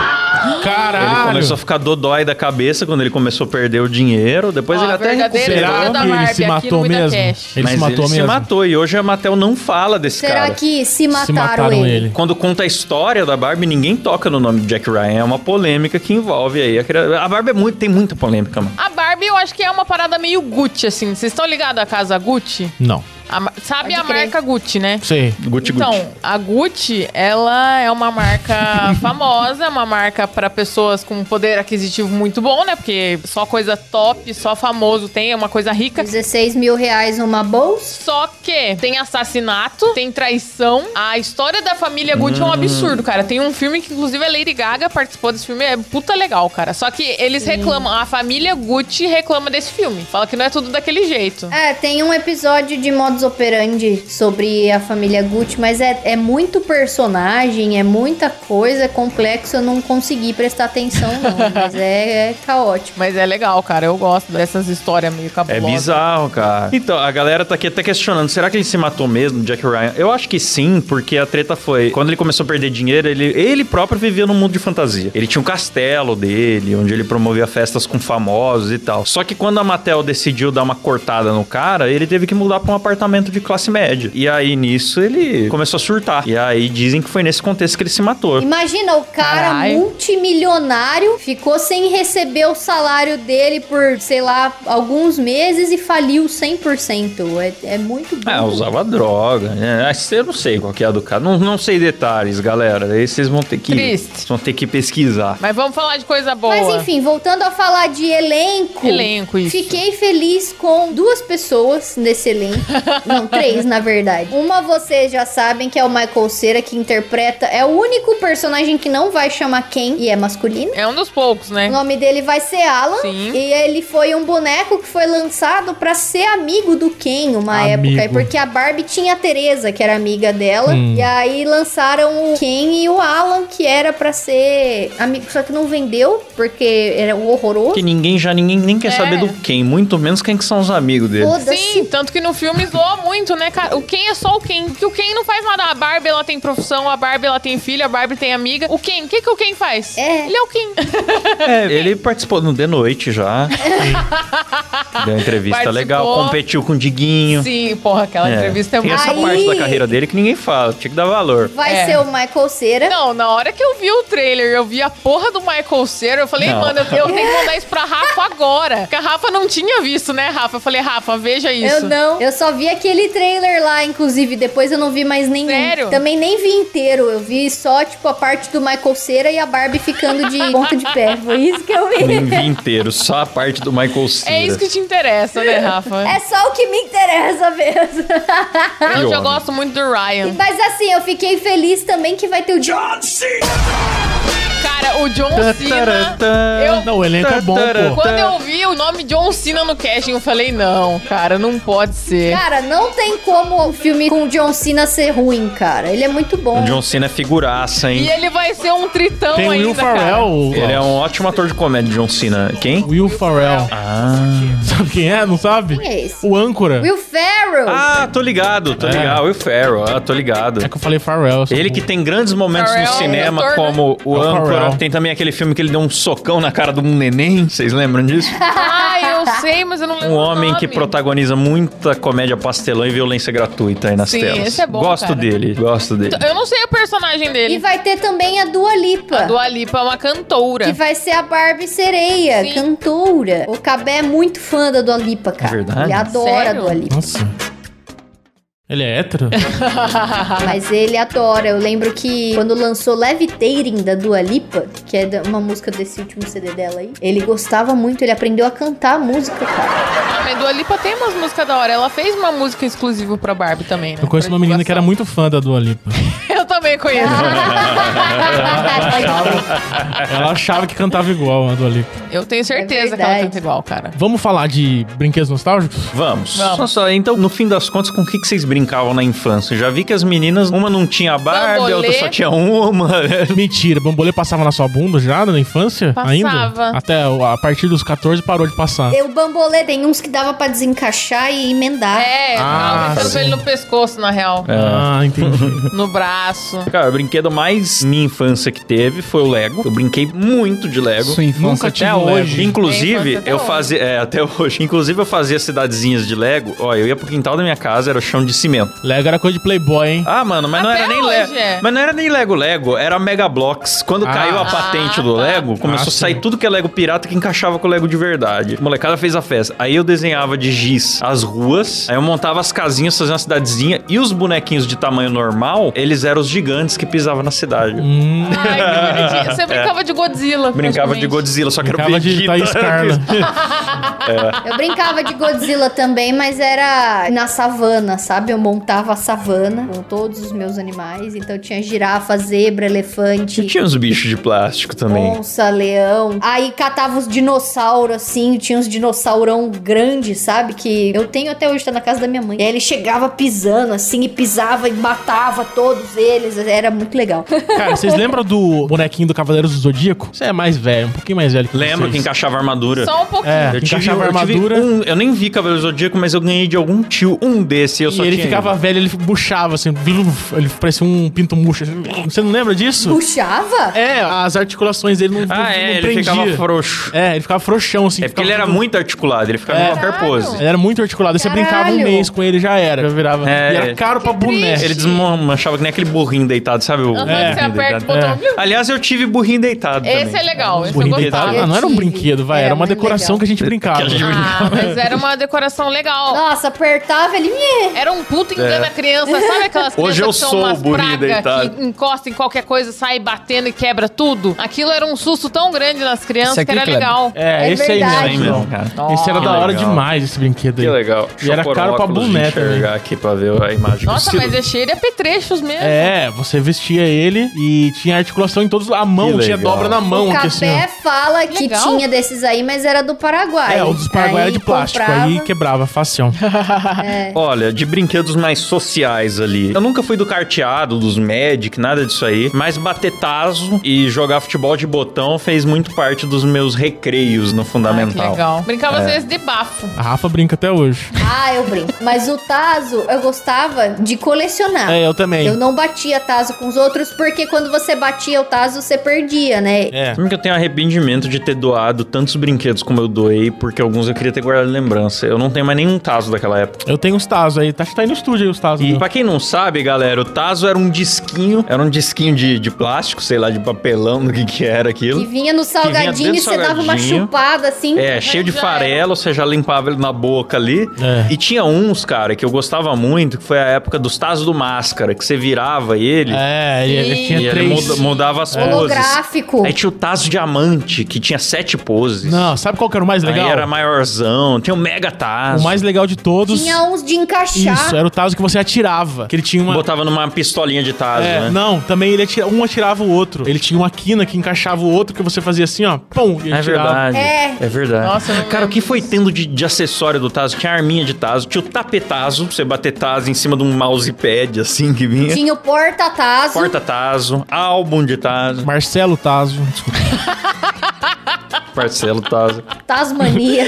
[SPEAKER 1] Ele
[SPEAKER 2] Caralho!
[SPEAKER 1] começou a ficar dodói da cabeça quando ele começou a perder o dinheiro, depois
[SPEAKER 3] Ó,
[SPEAKER 1] ele
[SPEAKER 3] a
[SPEAKER 1] até
[SPEAKER 3] verdadeira
[SPEAKER 1] recuperou.
[SPEAKER 2] Será
[SPEAKER 3] Ele da
[SPEAKER 2] que ele
[SPEAKER 3] Barbie
[SPEAKER 2] se
[SPEAKER 3] aqui no
[SPEAKER 2] matou
[SPEAKER 3] Muita
[SPEAKER 2] mesmo?
[SPEAKER 3] Cash.
[SPEAKER 2] Ele se
[SPEAKER 1] Mas
[SPEAKER 2] matou
[SPEAKER 1] ele se
[SPEAKER 2] mesmo.
[SPEAKER 1] matou e hoje a Mattel não fala desse
[SPEAKER 4] Será
[SPEAKER 1] cara.
[SPEAKER 4] que se mataram,
[SPEAKER 2] Se mataram
[SPEAKER 4] ele?
[SPEAKER 2] ele.
[SPEAKER 1] Quando conta a história da Barbie, ninguém toca no nome de Jack Ryan. É uma polêmica que envolve aí. a cria- A Barbie é muito, tem muita polêmica, mano.
[SPEAKER 3] A Barbie eu acho que é uma parada meio Gucci, assim. Vocês estão ligados à casa Gucci?
[SPEAKER 2] Não.
[SPEAKER 3] A ma- sabe
[SPEAKER 4] Pode
[SPEAKER 3] a
[SPEAKER 4] crer.
[SPEAKER 3] marca Gucci, né?
[SPEAKER 2] Sei.
[SPEAKER 1] Gucci Gucci.
[SPEAKER 3] Então, a Gucci, ela é uma marca famosa, uma marca pra pessoas com um poder aquisitivo muito bom, né? Porque só coisa top, só famoso tem, é uma coisa rica.
[SPEAKER 4] 16 mil reais numa bolsa?
[SPEAKER 3] Só que tem assassinato, tem traição. A história da família Gucci é
[SPEAKER 1] Hum.
[SPEAKER 3] um absurdo, cara. Tem um filme que, inclusive, a Lady Gaga participou desse filme. É puta legal, cara. Só que eles reclamam, a família Gucci reclama desse filme. Fala que não é tudo daquele jeito.
[SPEAKER 4] É, tem um episódio de modus operandi sobre a família Gucci, mas é, é muito personagem, é muita coisa, é complexo, eu não consegui prestar atenção não, mas é, é caótico.
[SPEAKER 3] Mas é legal, cara. Eu gosto dessas histórias meio
[SPEAKER 1] É
[SPEAKER 3] cabulosas.
[SPEAKER 1] bizarro, cara. Então, a galera tá aqui até questionando, será que ele se matou mesmo, Jack Ryan? Eu acho que sim, porque a treta foi, quando ele começou a perder dinheiro, ele, ele próprio vivia num mundo de fantasia. Ele tinha um castelo dele, onde ele promovia festas com famosos e tal. Só que quando a Mattel decidiu dar uma cortada no cara, ele teve que mudar pra um apartamento relacionamento de classe média. E aí nisso ele começou a surtar. E aí dizem que foi nesse contexto que ele se matou.
[SPEAKER 4] Imagina, o cara
[SPEAKER 3] Caralho.
[SPEAKER 4] multimilionário ficou sem receber o salário dele por, sei lá, alguns meses e faliu 100%. É, é muito bom.
[SPEAKER 1] Ah, usava droga, né? Ah, Eu não sei qual que é a do cara. Não, não sei detalhes, galera. Aí vocês vão ter que.
[SPEAKER 3] Triste.
[SPEAKER 1] Vão ter que pesquisar.
[SPEAKER 3] Mas vamos falar de coisa boa.
[SPEAKER 4] Mas enfim, voltando a falar de elenco.
[SPEAKER 3] Elenco, isso.
[SPEAKER 4] Fiquei feliz com duas pessoas nesse elenco. Não, três, na verdade. Uma vocês já sabem que é o Michael Cera, que interpreta. É o único personagem que não vai chamar Ken e é masculino.
[SPEAKER 3] É um dos poucos, né?
[SPEAKER 4] O nome dele vai ser Alan.
[SPEAKER 3] Sim.
[SPEAKER 4] E ele foi um boneco que foi lançado pra ser amigo do Ken uma
[SPEAKER 2] Amigo.
[SPEAKER 4] época. aí, Porque a Barbie tinha a Teresa, que era amiga dela.
[SPEAKER 1] Hum.
[SPEAKER 4] E aí lançaram o Ken e o Alan, que era pra ser amigo. Só que não vendeu, porque era um horroroso.
[SPEAKER 1] Que ninguém já ninguém nem quer
[SPEAKER 3] É.
[SPEAKER 1] saber do quem, muito menos quem que é? são os amigos dele.
[SPEAKER 4] Foda-se.
[SPEAKER 3] Sim, tanto que no filme zoa muito, né, cara? O Ken é só o Ken. Porque o Ken não faz nada. A Barbie, ela tem profissão, a Barbie, ela tem filha, a Barbie tem amiga. O Ken, o que, que o Ken faz?
[SPEAKER 4] É.
[SPEAKER 3] Ele é o Ken.
[SPEAKER 1] É, ele participou no The Noite já. Deu uma entrevista
[SPEAKER 3] Participou.
[SPEAKER 1] legal, competiu com o Diguinho.
[SPEAKER 3] Sim, porra, aquela
[SPEAKER 1] É.
[SPEAKER 3] entrevista é
[SPEAKER 1] Tem
[SPEAKER 3] muito...
[SPEAKER 1] essa
[SPEAKER 4] Aí-
[SPEAKER 1] parte da carreira dele que ninguém fala, tinha que dar valor.
[SPEAKER 4] Vai
[SPEAKER 3] É.
[SPEAKER 4] ser o Michael Cera.
[SPEAKER 3] Não, na hora que eu vi o trailer, eu vi a porra do Michael Cera, eu falei,
[SPEAKER 1] Não.
[SPEAKER 3] mano, eu, eu tenho que mandar isso pra Rafa agora. Porque a Rafa não tinha visto, né, Rafa? Eu falei, Rafa, veja isso.
[SPEAKER 4] Eu não. Eu só vi aquele trailer lá, inclusive. Depois eu não vi mais nenhum.
[SPEAKER 3] Sério?
[SPEAKER 4] Também nem vi inteiro. Eu vi só, tipo, a parte do Michael Cera e a Barbie ficando de ponta de pé. Foi isso que eu
[SPEAKER 1] Nem
[SPEAKER 4] vi.
[SPEAKER 1] vi inteiro, só a parte do Michael Cera.
[SPEAKER 3] É isso que te interessa, né, Rafa?
[SPEAKER 4] É só o que me interessa mesmo.
[SPEAKER 3] eu já
[SPEAKER 1] homem.
[SPEAKER 3] gosto muito do Ryan.
[SPEAKER 4] Mas assim, eu fiquei feliz também que vai ter o John.
[SPEAKER 3] Cara, o John Cena...
[SPEAKER 1] Tatarantã.
[SPEAKER 3] Eu-
[SPEAKER 2] Não, o elenco é bom, pô.
[SPEAKER 3] Quando eu vi o nome John Cena no casting, eu falei, não, cara, não pode ser.
[SPEAKER 4] Cara, não tem como o filme com o John Cena ser ruim, cara. Ele é muito bom.
[SPEAKER 1] O John Cena é figuraça,
[SPEAKER 3] E
[SPEAKER 1] hein?
[SPEAKER 3] ele vai ser um tritão
[SPEAKER 2] Tem o
[SPEAKER 3] ainda,
[SPEAKER 2] Will
[SPEAKER 3] cara.
[SPEAKER 2] Farrell.
[SPEAKER 1] Ele é um ótimo ator de comédia, John Cena. Quem?
[SPEAKER 2] Will Farrell.
[SPEAKER 1] Ah,
[SPEAKER 2] Sabe quem é? Não sabe?
[SPEAKER 4] Quem é esse?
[SPEAKER 2] O âncora.
[SPEAKER 4] Will Ferrell.
[SPEAKER 1] ah tô ligado, tô
[SPEAKER 2] É.
[SPEAKER 1] ligado. Will Ferrell, ah, tô ligado.
[SPEAKER 2] É que eu falei Farrell. só
[SPEAKER 1] Ele que tem grandes momentos
[SPEAKER 3] Farrell,
[SPEAKER 1] no cinema,
[SPEAKER 3] ator, né?
[SPEAKER 1] como o
[SPEAKER 2] É o
[SPEAKER 1] Âncora.
[SPEAKER 2] Farrell.
[SPEAKER 1] Tem também aquele filme que ele deu um socão na cara de um neném, vocês lembram disso?
[SPEAKER 3] Ah, eu sei, mas eu não lembro
[SPEAKER 1] Um
[SPEAKER 3] o
[SPEAKER 1] homem
[SPEAKER 3] nome.
[SPEAKER 1] que protagoniza muita comédia pastelão e violência gratuita aí nas
[SPEAKER 3] Sim,
[SPEAKER 1] telas.
[SPEAKER 3] esse é bom,
[SPEAKER 1] gosto
[SPEAKER 3] cara. Então,
[SPEAKER 1] dele, gosto dele.
[SPEAKER 3] Eu não sei o personagem
[SPEAKER 4] E
[SPEAKER 3] dele.
[SPEAKER 4] vai ter também a Dua Lipa.
[SPEAKER 3] Do Alipa é uma
[SPEAKER 4] Que
[SPEAKER 3] cantora.
[SPEAKER 4] vai ser a Barbie sereia,
[SPEAKER 3] Sim.
[SPEAKER 4] cantora. O Cabé é muito fã da Dua Lipa, cara.
[SPEAKER 1] É Verdade?
[SPEAKER 4] Ele adora
[SPEAKER 3] Sério?
[SPEAKER 4] a Dua Lipa.
[SPEAKER 2] Nossa. Ele é hétero?
[SPEAKER 3] Ah,
[SPEAKER 4] Mas ele adora. Eu lembro que quando lançou Levitating da Dua Lipa, que é da- uma música desse último CD dela aí, ele gostava muito, ele aprendeu a cantar a música, cara.
[SPEAKER 3] Ah, mas do Alipa tem umas músicas da hora. Ela fez uma música exclusiva pra Barbie também, né?
[SPEAKER 2] Eu conheço
[SPEAKER 3] Pra
[SPEAKER 2] uma menina que era muito fã da Dua Lipa.
[SPEAKER 3] divulgação. Eu também conheço.
[SPEAKER 2] Ela achava que cantava igual a Dua Lipa.
[SPEAKER 3] eu tenho certeza
[SPEAKER 4] É
[SPEAKER 3] que ela
[SPEAKER 4] verdade.
[SPEAKER 3] canta igual, cara.
[SPEAKER 2] Vamos falar de brinquedos nostálgicos?
[SPEAKER 1] Vamos.
[SPEAKER 3] Vamos.
[SPEAKER 1] Só, só, então, no fim das contas, com o que, que vocês brincavam na infância? Já vi que as meninas, uma não tinha Barbie, a outra
[SPEAKER 3] Bambolê.
[SPEAKER 1] só tinha uma. né?
[SPEAKER 2] Mentira, bambolê passava na sua bunda já na infância?
[SPEAKER 3] Passava.
[SPEAKER 2] Ainda? Até o- a partir dos 14 parou de passar.
[SPEAKER 4] E o bambolê tem uns que dava pra desencaixar e emendar.
[SPEAKER 3] É,
[SPEAKER 2] Ah,
[SPEAKER 3] ah,
[SPEAKER 2] sim.
[SPEAKER 3] ele no pescoço, na real.
[SPEAKER 2] Ah, entendi.
[SPEAKER 3] No braço.
[SPEAKER 1] Cara, o brinquedo mais minha infância que teve foi o Lego. Eu brinquei muito de Lego.
[SPEAKER 5] Sua infância
[SPEAKER 2] Nunca
[SPEAKER 5] até
[SPEAKER 2] tive um
[SPEAKER 5] hoje.
[SPEAKER 2] Lego.
[SPEAKER 3] Minha
[SPEAKER 1] Inclusive,
[SPEAKER 3] infância até
[SPEAKER 1] eu
[SPEAKER 3] hoje.
[SPEAKER 1] fazia. É, até hoje. Inclusive, eu fazia cidadezinhas de Lego. Ó, eu ia pro quintal da minha casa, era chão de cimento.
[SPEAKER 2] Lego era coisa de playboy, hein?
[SPEAKER 1] Ah, mano, mas não
[SPEAKER 3] Até
[SPEAKER 1] era nem
[SPEAKER 3] hoje
[SPEAKER 1] Lego.
[SPEAKER 3] é.
[SPEAKER 1] Mas não era nem Lego Lego, era Mega Blocks. Quando
[SPEAKER 2] Ah.
[SPEAKER 1] caiu a patente do
[SPEAKER 3] Ah, tá.
[SPEAKER 1] Lego, começou
[SPEAKER 2] Ah,
[SPEAKER 1] a sair
[SPEAKER 2] sim.
[SPEAKER 1] tudo que é Lego pirata que encaixava com o Lego de verdade. A molecada fez a festa. Aí eu desenhava de giz as ruas, aí eu montava as casinhas, fazia uma cidadezinha e os bonequinhos de tamanho normal, eles eram os gigantes que pisavam na cidade.
[SPEAKER 2] Hum,
[SPEAKER 3] Ai, que bonitinho. Você brincava de Godzilla.
[SPEAKER 1] É. Brincava de
[SPEAKER 3] praticamente.
[SPEAKER 1] Godzilla, só que era
[SPEAKER 2] brincava de
[SPEAKER 1] Vegeta.
[SPEAKER 2] Thaís Carla.
[SPEAKER 4] Eu brincava de Godzilla também, mas era na savana, sabe? Eu montava a savana com todos os meus animais. Então tinha girafa, zebra, elefante.
[SPEAKER 1] E tinha uns bichos de plástico também.
[SPEAKER 4] Onça, leão. Aí catava os dinossauros, assim. Tinha uns dinossaurão grande, sabe? Que eu tenho até hoje, tá na casa da minha mãe. E aí ele chegava pisando, assim, e pisava e matava todos eles. coisa. Era muito legal.
[SPEAKER 2] Cara, vocês lembram do bonequinho do Cavaleiros do Zodíaco? Você é mais velho, um pouquinho mais velho que
[SPEAKER 1] Lembro
[SPEAKER 2] vocês.
[SPEAKER 1] que encaixava armadura.
[SPEAKER 3] Só um pouquinho.
[SPEAKER 2] É,
[SPEAKER 1] Eu tive,
[SPEAKER 2] encaixava
[SPEAKER 1] eu tive
[SPEAKER 2] armadura.
[SPEAKER 1] um- eu nem vi Cavaleiro Zodíaco, mas eu ganhei de algum tio um desse. Eu só
[SPEAKER 2] E ele
[SPEAKER 1] tinha
[SPEAKER 2] ficava velho, ele buchava assim, bluf, ele parecia um pinto murcho. assim. Você não lembra disso?
[SPEAKER 4] Puxava?
[SPEAKER 2] É, as articulações dele não, não-
[SPEAKER 1] Ah, é,
[SPEAKER 2] não
[SPEAKER 1] ele
[SPEAKER 2] prendia.
[SPEAKER 1] ficava frouxo.
[SPEAKER 2] É, ele ficava frouxão, assim.
[SPEAKER 1] É porque
[SPEAKER 2] ficava É.
[SPEAKER 1] ele era
[SPEAKER 2] tudo-
[SPEAKER 1] muito articulado, ele ficava em qualquer pose.
[SPEAKER 2] Ele era muito articulado. Aí Você
[SPEAKER 4] Caralho.
[SPEAKER 2] brincava um mês com ele já era. Já virava.
[SPEAKER 1] É.
[SPEAKER 2] E era caro pra boné.
[SPEAKER 1] Ele desmanchava que nem aquele burrinho deitado, sabe? O
[SPEAKER 3] Aham,
[SPEAKER 2] É.
[SPEAKER 3] você
[SPEAKER 1] burrinho
[SPEAKER 3] aperta
[SPEAKER 1] deitado.
[SPEAKER 3] o botão.
[SPEAKER 2] É.
[SPEAKER 1] Aliás, eu tive burrinho deitado
[SPEAKER 3] Esse
[SPEAKER 1] também.
[SPEAKER 3] é legal, esse eu
[SPEAKER 2] Bonito.
[SPEAKER 3] gostava.
[SPEAKER 2] Ah, não era um
[SPEAKER 4] Tive.
[SPEAKER 2] brinquedo, vai. Era,
[SPEAKER 4] Era
[SPEAKER 2] uma
[SPEAKER 4] muito
[SPEAKER 2] decoração
[SPEAKER 4] legal.
[SPEAKER 2] que a gente brincava.
[SPEAKER 1] Que a gente
[SPEAKER 3] Ah, mas era uma decoração legal.
[SPEAKER 4] Nossa, apertava ele. "Nhê".
[SPEAKER 3] Era um puto engano a criança. Sabe aquelas crianças
[SPEAKER 1] É. Hoje eu
[SPEAKER 3] que são
[SPEAKER 1] sou
[SPEAKER 3] umas
[SPEAKER 1] o Burinho
[SPEAKER 3] pragas
[SPEAKER 1] deitado.
[SPEAKER 3] que encosta em qualquer coisa, sai batendo e quebra tudo? Aquilo era um susto tão grande nas crianças
[SPEAKER 5] Isso aqui,
[SPEAKER 3] que era
[SPEAKER 5] Kleber.
[SPEAKER 3] legal.
[SPEAKER 2] É,
[SPEAKER 4] É
[SPEAKER 2] esse aí
[SPEAKER 4] verdade.
[SPEAKER 1] Sim
[SPEAKER 2] mesmo.
[SPEAKER 1] mesmo, cara.
[SPEAKER 2] Esse era
[SPEAKER 1] Que
[SPEAKER 2] da hora
[SPEAKER 1] legal.
[SPEAKER 2] demais, esse brinquedo aí.
[SPEAKER 1] Que legal.
[SPEAKER 2] E era
[SPEAKER 1] Deixa eu
[SPEAKER 2] caro pra
[SPEAKER 1] pôr o óculos
[SPEAKER 2] boné
[SPEAKER 1] de enxergar
[SPEAKER 2] também.
[SPEAKER 1] aqui pra ver a imagem.
[SPEAKER 3] Nossa,
[SPEAKER 1] Estilo-
[SPEAKER 3] mas é cheio de apetrechos mesmo. Ah,
[SPEAKER 2] É, você vestia ele e tinha articulação em todos. A mão
[SPEAKER 1] Que
[SPEAKER 2] tinha
[SPEAKER 1] legal.
[SPEAKER 2] dobra na mão.
[SPEAKER 4] o
[SPEAKER 2] aqui,
[SPEAKER 4] Capé
[SPEAKER 2] assim, ó.
[SPEAKER 4] fala que
[SPEAKER 3] Legal.
[SPEAKER 4] tinha desses aí, mas era do Paraguai.
[SPEAKER 2] É, o dos Paraguai era
[SPEAKER 4] Aí
[SPEAKER 2] de plástico.
[SPEAKER 4] comprava.
[SPEAKER 2] Aí quebrava, facião.
[SPEAKER 4] É.
[SPEAKER 1] Olha, de brinquedos mais sociais ali. Eu nunca fui do carteado, dos Magic, nada disso aí. Mas bater taso e jogar futebol de botão fez muito parte dos meus recreios no
[SPEAKER 3] Ai, que
[SPEAKER 1] Fundamental. É.
[SPEAKER 3] legal. Brincava às vezes de bafo.
[SPEAKER 2] A Rafa brinca até hoje.
[SPEAKER 4] Ah, eu brinco. Mas o Tazo, eu gostava de colecionar.
[SPEAKER 2] É, eu também.
[SPEAKER 4] Eu não batia Tazo com os outros, porque quando você batia o Tazo, você perdia, né?
[SPEAKER 2] É.
[SPEAKER 1] Sabe que eu tenho arrependimento de ter doado tantos brinquedos como eu doei, porque alguns eu queria ter guardado em lembrança. Eu não tenho mais nenhum Taso daquela época.
[SPEAKER 2] Eu tenho os Tazos aí. Tá, acho que tá aí no estúdio aí os Tazos.
[SPEAKER 1] E
[SPEAKER 2] meu.
[SPEAKER 1] pra quem não sabe, galera, o Taso era um disquinho, era um disquinho de, de plástico, sei lá, de papelão, do que que era aquilo.
[SPEAKER 4] Que vinha no
[SPEAKER 1] vinha
[SPEAKER 4] salgadinho e
[SPEAKER 1] dentro do
[SPEAKER 4] você dava uma
[SPEAKER 1] salgadinho.
[SPEAKER 4] chupada assim.
[SPEAKER 1] É, cheio de
[SPEAKER 3] já
[SPEAKER 1] farelo, você já limpava ele na boca ali.
[SPEAKER 2] É.
[SPEAKER 1] E tinha uns, cara, que eu gostava muito, que foi a época dos Tazos do Máscara, que você virava ele
[SPEAKER 2] É, ele, ele
[SPEAKER 3] Sim.
[SPEAKER 1] e
[SPEAKER 2] tinha
[SPEAKER 1] ele
[SPEAKER 2] três. É.
[SPEAKER 1] muda- mudava as poses.
[SPEAKER 4] Holográfico.
[SPEAKER 2] tipo
[SPEAKER 1] Aí tinha o Tazo Diamante, que tinha sete poses.
[SPEAKER 2] Não, sabe qual que era o mais legal?
[SPEAKER 1] Aí era maiorzão, tinha o Mega Tazo.
[SPEAKER 2] O mais legal de todos.
[SPEAKER 4] Tinha uns de encaixar.
[SPEAKER 2] Isso, era o Tazo que você atirava. Que ele tinha uma.
[SPEAKER 1] Botava numa pistolinha de Tazo,
[SPEAKER 2] É,
[SPEAKER 1] né?
[SPEAKER 2] Não, também ele atira, um atirava o outro. Ele tinha uma quina que encaixava o outro, que você fazia assim, ó, pum, e
[SPEAKER 1] É
[SPEAKER 2] atirava.
[SPEAKER 1] verdade.
[SPEAKER 4] É.
[SPEAKER 1] verdade.
[SPEAKER 3] Nossa, eu não
[SPEAKER 1] cara, o que foi tendo de, de acessório do Tazo? Tinha a arminha de Tazo, tinha o tapetazo, pra você bater Tazo em cima de um mousepad, assim, que
[SPEAKER 2] é.
[SPEAKER 1] vinha.
[SPEAKER 4] Tinha o porta-tazo.
[SPEAKER 1] Porta Tazo, álbum de Tazo,
[SPEAKER 2] Marcelo Tazo.
[SPEAKER 1] Marcelo Tazo.
[SPEAKER 4] Tasmania.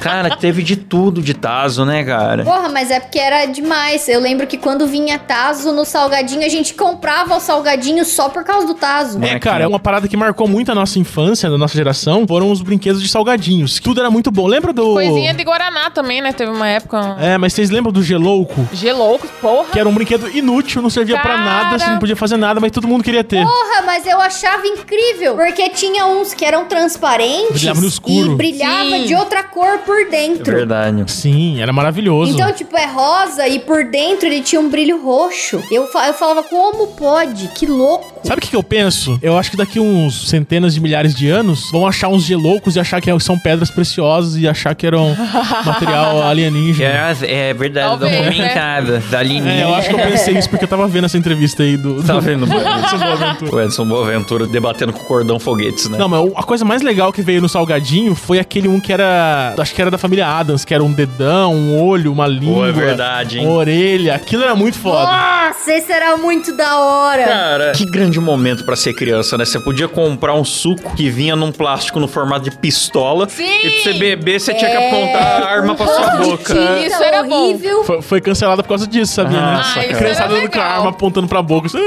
[SPEAKER 1] Cara, teve de tudo de Tazo, né, cara?
[SPEAKER 4] Porra, mas é porque era demais. Eu lembro que quando vinha Tazo no salgadinho, a gente comprava o salgadinho só por causa do Tazo.
[SPEAKER 2] É, cara, é uma parada que marcou muito a nossa infância, da nossa geração, foram os brinquedos de salgadinhos. Tudo era muito bom. Lembra do.
[SPEAKER 3] Coisinha de Guaraná também, né? Teve uma época.
[SPEAKER 2] É, mas vocês lembram do Gelouco?
[SPEAKER 3] Geloucos, porra.
[SPEAKER 2] Que era um brinquedo inútil, não servia pra
[SPEAKER 3] Cara.
[SPEAKER 2] nada, você não podia fazer nada, mas todo mundo queria ter.
[SPEAKER 4] Porra, mas eu achava incrível, porque tinha uns que eram transparentes
[SPEAKER 2] Brilhava no escuro.
[SPEAKER 4] e brilhava
[SPEAKER 3] Sim.
[SPEAKER 4] de outra cor por
[SPEAKER 1] É
[SPEAKER 4] dentro.
[SPEAKER 1] verdade.
[SPEAKER 2] Sim, era maravilhoso.
[SPEAKER 4] então, tipo, é rosa e por dentro ele tinha um brilho roxo. Eu, fa- eu falava, como pode? Que louco.
[SPEAKER 2] Sabe o que, que eu penso? Eu acho que daqui uns centenas de milhares de anos vão achar uns geloucos e achar que são pedras preciosas e achar que eram material alienígena.
[SPEAKER 1] É, é verdade,
[SPEAKER 3] Talvez, né?
[SPEAKER 1] documentada, da linha.
[SPEAKER 2] É, eu acho que eu pensei isso porque eu tava vendo essa entrevista aí do.
[SPEAKER 1] Tá
[SPEAKER 2] do-
[SPEAKER 1] vendo?
[SPEAKER 2] Edson Boaventura.
[SPEAKER 1] o Edson Boaventura debatendo com o cordão foguetes, né?
[SPEAKER 2] Não, mas a coisa mais legal que veio no salgadinho foi aquele um que era. Acho que era da família Adams, que era um dedão, um olho, uma língua.
[SPEAKER 1] é verdade, hein?
[SPEAKER 2] Uma orelha. Aquilo era muito foda.
[SPEAKER 4] Nossa, esse era muito da hora.
[SPEAKER 1] Cara, que grande momento pra ser criança, né? Você podia comprar um suco que vinha num plástico no formato de pistola.
[SPEAKER 3] Sim!
[SPEAKER 1] E pra você beber, você tinha que apontar a arma pra sua
[SPEAKER 4] Pão de
[SPEAKER 1] boca.
[SPEAKER 4] tinta
[SPEAKER 3] Isso era bom.
[SPEAKER 4] É. horrível.
[SPEAKER 2] Foi, foi cancelada por causa disso, sabia?
[SPEAKER 1] Nossa,
[SPEAKER 2] né?
[SPEAKER 1] Ah, isso
[SPEAKER 2] Criançada
[SPEAKER 3] era
[SPEAKER 2] dando com a
[SPEAKER 3] é legal.
[SPEAKER 2] arma apontando pra boca. assim,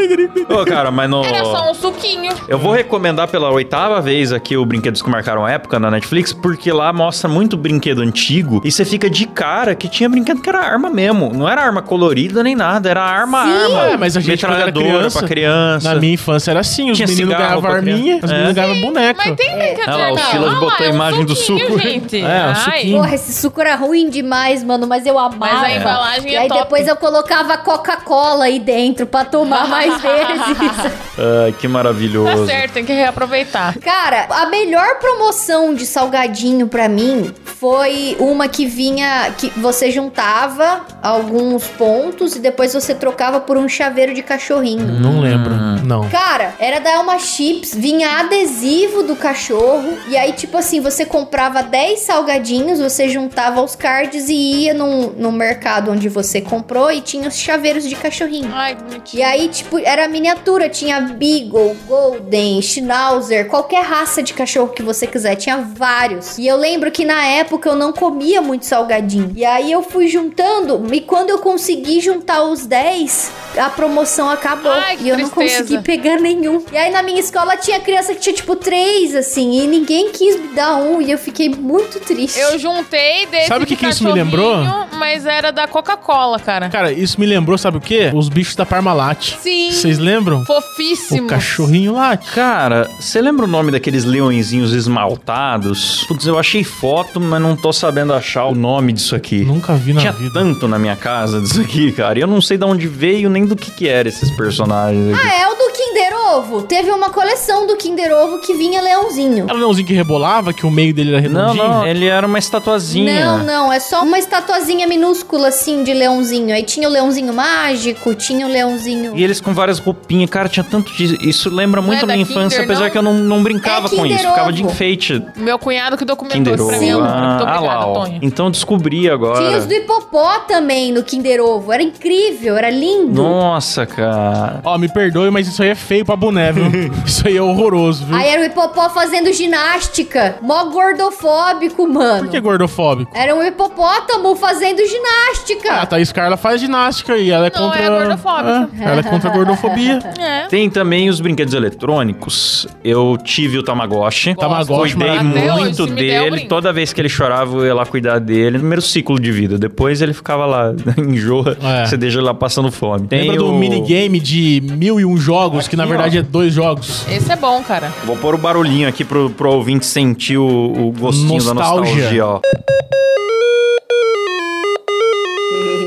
[SPEAKER 1] Ô, cara, mas não.
[SPEAKER 3] Era só um suquinho.
[SPEAKER 1] Eu vou recomendar pela oitava vez aqui o Brinquedos que Marcaram a Época na Netflix, porque lá mostra muito brinquedo antigo e você fica de cara que tinha brinquedo que era arma mesmo. Não era arma colorida nem nada, era arma, arma.
[SPEAKER 2] É, mas a gente, quando era
[SPEAKER 1] metralhadora
[SPEAKER 2] criança,
[SPEAKER 1] pra criança.
[SPEAKER 2] Na minha infância era assim, os
[SPEAKER 1] Tinha
[SPEAKER 2] meninos
[SPEAKER 1] cigarro
[SPEAKER 2] ganhavam
[SPEAKER 1] pra
[SPEAKER 2] arminha,
[SPEAKER 1] criança.
[SPEAKER 2] os
[SPEAKER 1] É.
[SPEAKER 2] meninos ganhavam boneco.
[SPEAKER 3] Mas tem brincadeira.
[SPEAKER 1] Olha lá, o Silas
[SPEAKER 3] Olha lá,
[SPEAKER 1] botou a
[SPEAKER 3] é um
[SPEAKER 1] imagem do
[SPEAKER 3] suquinho,
[SPEAKER 1] suco.
[SPEAKER 3] Gente.
[SPEAKER 2] É, um
[SPEAKER 3] Ai,
[SPEAKER 2] suquinho.
[SPEAKER 4] Porra, esse suco era ruim demais, mano, mas eu amava.
[SPEAKER 3] Mas a embalagem
[SPEAKER 4] E
[SPEAKER 3] é
[SPEAKER 4] aí
[SPEAKER 3] top.
[SPEAKER 4] depois eu colocava Coca-Cola aí dentro pra tomar mais vezes.
[SPEAKER 1] Ai, que maravilhoso.
[SPEAKER 3] Tá certo, tem que reaproveitar.
[SPEAKER 4] Cara, a melhor promoção de salgadinho pra mim foi uma que vinha que você juntava alguns pontos e depois você trocava por um chaveiro de cachorrinho.
[SPEAKER 1] Ah.
[SPEAKER 2] Não lembro. Não.
[SPEAKER 4] Cara, era da Elma Chips, vinha adesivo do cachorro. E aí, tipo assim, você comprava 10 salgadinhos, você juntava os cards e ia num, num mercado onde você comprou e tinha os chaveiros de cachorrinho.
[SPEAKER 3] Ai, que bonitinho.
[SPEAKER 4] E aí, tipo, era miniatura, tinha Beagle, Golden, Schnauzer, qualquer raça de cachorro que você quiser, tinha vários. E eu lembro que na época eu não comia muito salgadinho. E aí eu fui juntando, e quando eu consegui juntar os 10, a promoção acabou.
[SPEAKER 3] Ai, que
[SPEAKER 4] e eu não
[SPEAKER 3] tristeza.
[SPEAKER 4] consegui pegar nenhum. E aí na minha escola tinha criança que tinha tipo três, assim, e ninguém quis me dar um, e eu fiquei muito triste.
[SPEAKER 3] Eu juntei desse
[SPEAKER 2] Sabe o que
[SPEAKER 3] de
[SPEAKER 2] que isso me
[SPEAKER 3] cachorrinho,
[SPEAKER 2] lembrou?
[SPEAKER 3] Mas era da Coca-Cola, cara.
[SPEAKER 2] Cara, isso me lembrou, sabe o quê? Os bichos da Parmalat.
[SPEAKER 3] Sim.
[SPEAKER 2] Vocês lembram?
[SPEAKER 3] Fofíssimo.
[SPEAKER 2] O cachorrinho lá.
[SPEAKER 1] Cara, você lembra o nome daqueles leõezinhos esmaltados? Putz, eu achei foto, mas não tô sabendo achar o nome disso aqui.
[SPEAKER 2] Nunca vi na
[SPEAKER 1] Tinha
[SPEAKER 2] vida.
[SPEAKER 1] tanto na minha casa disso aqui, cara. E eu não sei de onde veio, nem do que que era esses personagens aqui.
[SPEAKER 4] Ah, é o do Kinder Ovo. Teve uma coleção do Kinder Ovo que vinha leãozinho.
[SPEAKER 2] Era o leãozinho que rebolava, que o meio dele era
[SPEAKER 1] Não,
[SPEAKER 2] redondinho?
[SPEAKER 1] não, é- ele era uma estatuazinha.
[SPEAKER 4] Não, não, é só uma estatuazinha minúscula assim de leãozinho. Aí tinha o leãozinho mágico, tinha o leãozinho.
[SPEAKER 1] E eles com várias roupinhas, cara, tinha tanto disso. Isso lembra
[SPEAKER 3] Não
[SPEAKER 1] muito
[SPEAKER 3] é
[SPEAKER 1] a minha
[SPEAKER 3] da
[SPEAKER 1] infância,
[SPEAKER 3] Kinder,
[SPEAKER 1] apesar
[SPEAKER 3] não?
[SPEAKER 1] que eu não, não brincava
[SPEAKER 4] É
[SPEAKER 1] com
[SPEAKER 4] Kinder
[SPEAKER 1] isso. Ficava de
[SPEAKER 4] Ovo.
[SPEAKER 1] enfeite.
[SPEAKER 3] Meu cunhado que documentou
[SPEAKER 1] Kinder
[SPEAKER 3] isso é pra mim.
[SPEAKER 1] Ovo.
[SPEAKER 3] Muito
[SPEAKER 1] Ah, ah lá,
[SPEAKER 3] obrigada,
[SPEAKER 1] ó.
[SPEAKER 3] Tonho.
[SPEAKER 1] Então descobri
[SPEAKER 4] Tinha os
[SPEAKER 1] agora.
[SPEAKER 4] do Hipopó também no Kinder Ovo. Era incrível, era lindo.
[SPEAKER 1] Nossa, cara.
[SPEAKER 2] Ó, me perdoe, mas isso aí é feio pra boné, viu? isso aí é horroroso, viu?
[SPEAKER 4] Aí era o Hipopó fazendo ginástica. Mó gordofóbico, mano.
[SPEAKER 2] Por que gordofóbico?
[SPEAKER 4] Era um hipopótamo fazendo ginástica.
[SPEAKER 2] Ah, a Thaís Carla faz ginástica e ela é
[SPEAKER 3] Não,
[SPEAKER 2] contra...
[SPEAKER 3] é gordofóbica.
[SPEAKER 2] É, ela é contra a gordofobia.
[SPEAKER 3] É.
[SPEAKER 1] Tem também os brinquedos eletrônicos. Eu tive o Tamagotchi.
[SPEAKER 3] Gosto.
[SPEAKER 2] Tamagotchi,
[SPEAKER 1] Cuidei
[SPEAKER 2] maravilhoso.
[SPEAKER 3] Até
[SPEAKER 1] Tá muito
[SPEAKER 3] hoje, se me der, eu
[SPEAKER 1] dele.
[SPEAKER 3] brinco.
[SPEAKER 1] Toda vez que ele chorava, eu ia lá cuidar dele. Primeiro ciclo de vida. Depois ele ficava lá, enjoa.
[SPEAKER 2] É.
[SPEAKER 1] Você deixa ele lá passando fome. Tem
[SPEAKER 2] Lembra do
[SPEAKER 1] o...
[SPEAKER 2] minigame de mil e um jogos, que na
[SPEAKER 1] Aqui,
[SPEAKER 2] verdade
[SPEAKER 1] ó.
[SPEAKER 2] é dois jogos?
[SPEAKER 3] Esse é bom, cara.
[SPEAKER 1] Vou pôr o barulhinho aqui pro, pro ouvinte sentir o, o gostinho da
[SPEAKER 2] Nostalgia.
[SPEAKER 1] nostalgia, ó.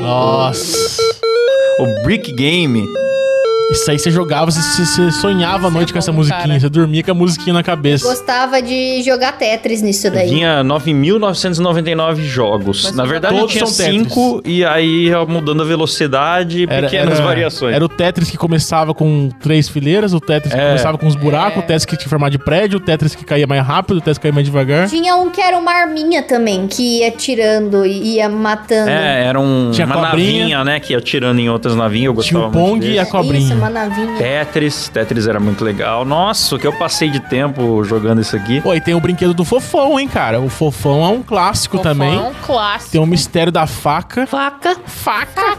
[SPEAKER 2] Nossa.
[SPEAKER 1] O Brick Game.
[SPEAKER 2] Isso aí você jogava, você, você sonhava a noite com essa musiquinha.
[SPEAKER 3] cara.
[SPEAKER 2] Você dormia com a musiquinha na cabeça.
[SPEAKER 4] Gostava de jogar Tetris nisso daí.
[SPEAKER 1] Vinha 9.999 jogos.
[SPEAKER 3] Mas
[SPEAKER 1] Na
[SPEAKER 3] são
[SPEAKER 1] verdade,
[SPEAKER 2] todos
[SPEAKER 1] tinha
[SPEAKER 2] são Tetris.
[SPEAKER 1] 5 e aí ia mudando a velocidade, pequenas variações.
[SPEAKER 2] Era o Tetris que começava com três fileiras, o Tetris que
[SPEAKER 1] É.
[SPEAKER 2] começava com os buracos, o Tetris que tinha formato de prédio, o Tetris que caía mais rápido, o Tetris que caía mais devagar.
[SPEAKER 4] Tinha um que era uma arminha também, que ia tirando e ia matando.
[SPEAKER 1] É, era um,
[SPEAKER 2] Tinha
[SPEAKER 1] uma
[SPEAKER 2] cobrinha.
[SPEAKER 1] navinha, né? Que ia tirando em outras navinhas. Eu
[SPEAKER 2] Tinha
[SPEAKER 1] gostava
[SPEAKER 2] o Pong
[SPEAKER 1] muito
[SPEAKER 2] e a
[SPEAKER 1] desse.
[SPEAKER 2] cobrinha.
[SPEAKER 4] Isso, uma navinha.
[SPEAKER 1] Tetris. Tetris era muito legal. Nossa, o que eu passei de tempo jogando isso aqui.
[SPEAKER 2] Pô, e tem o brinquedo do fofão, hein, cara? O fofão é um clássico
[SPEAKER 3] Fofão
[SPEAKER 2] também.
[SPEAKER 3] É um clássico.
[SPEAKER 2] Tem o mistério da faca. Faca. Faca.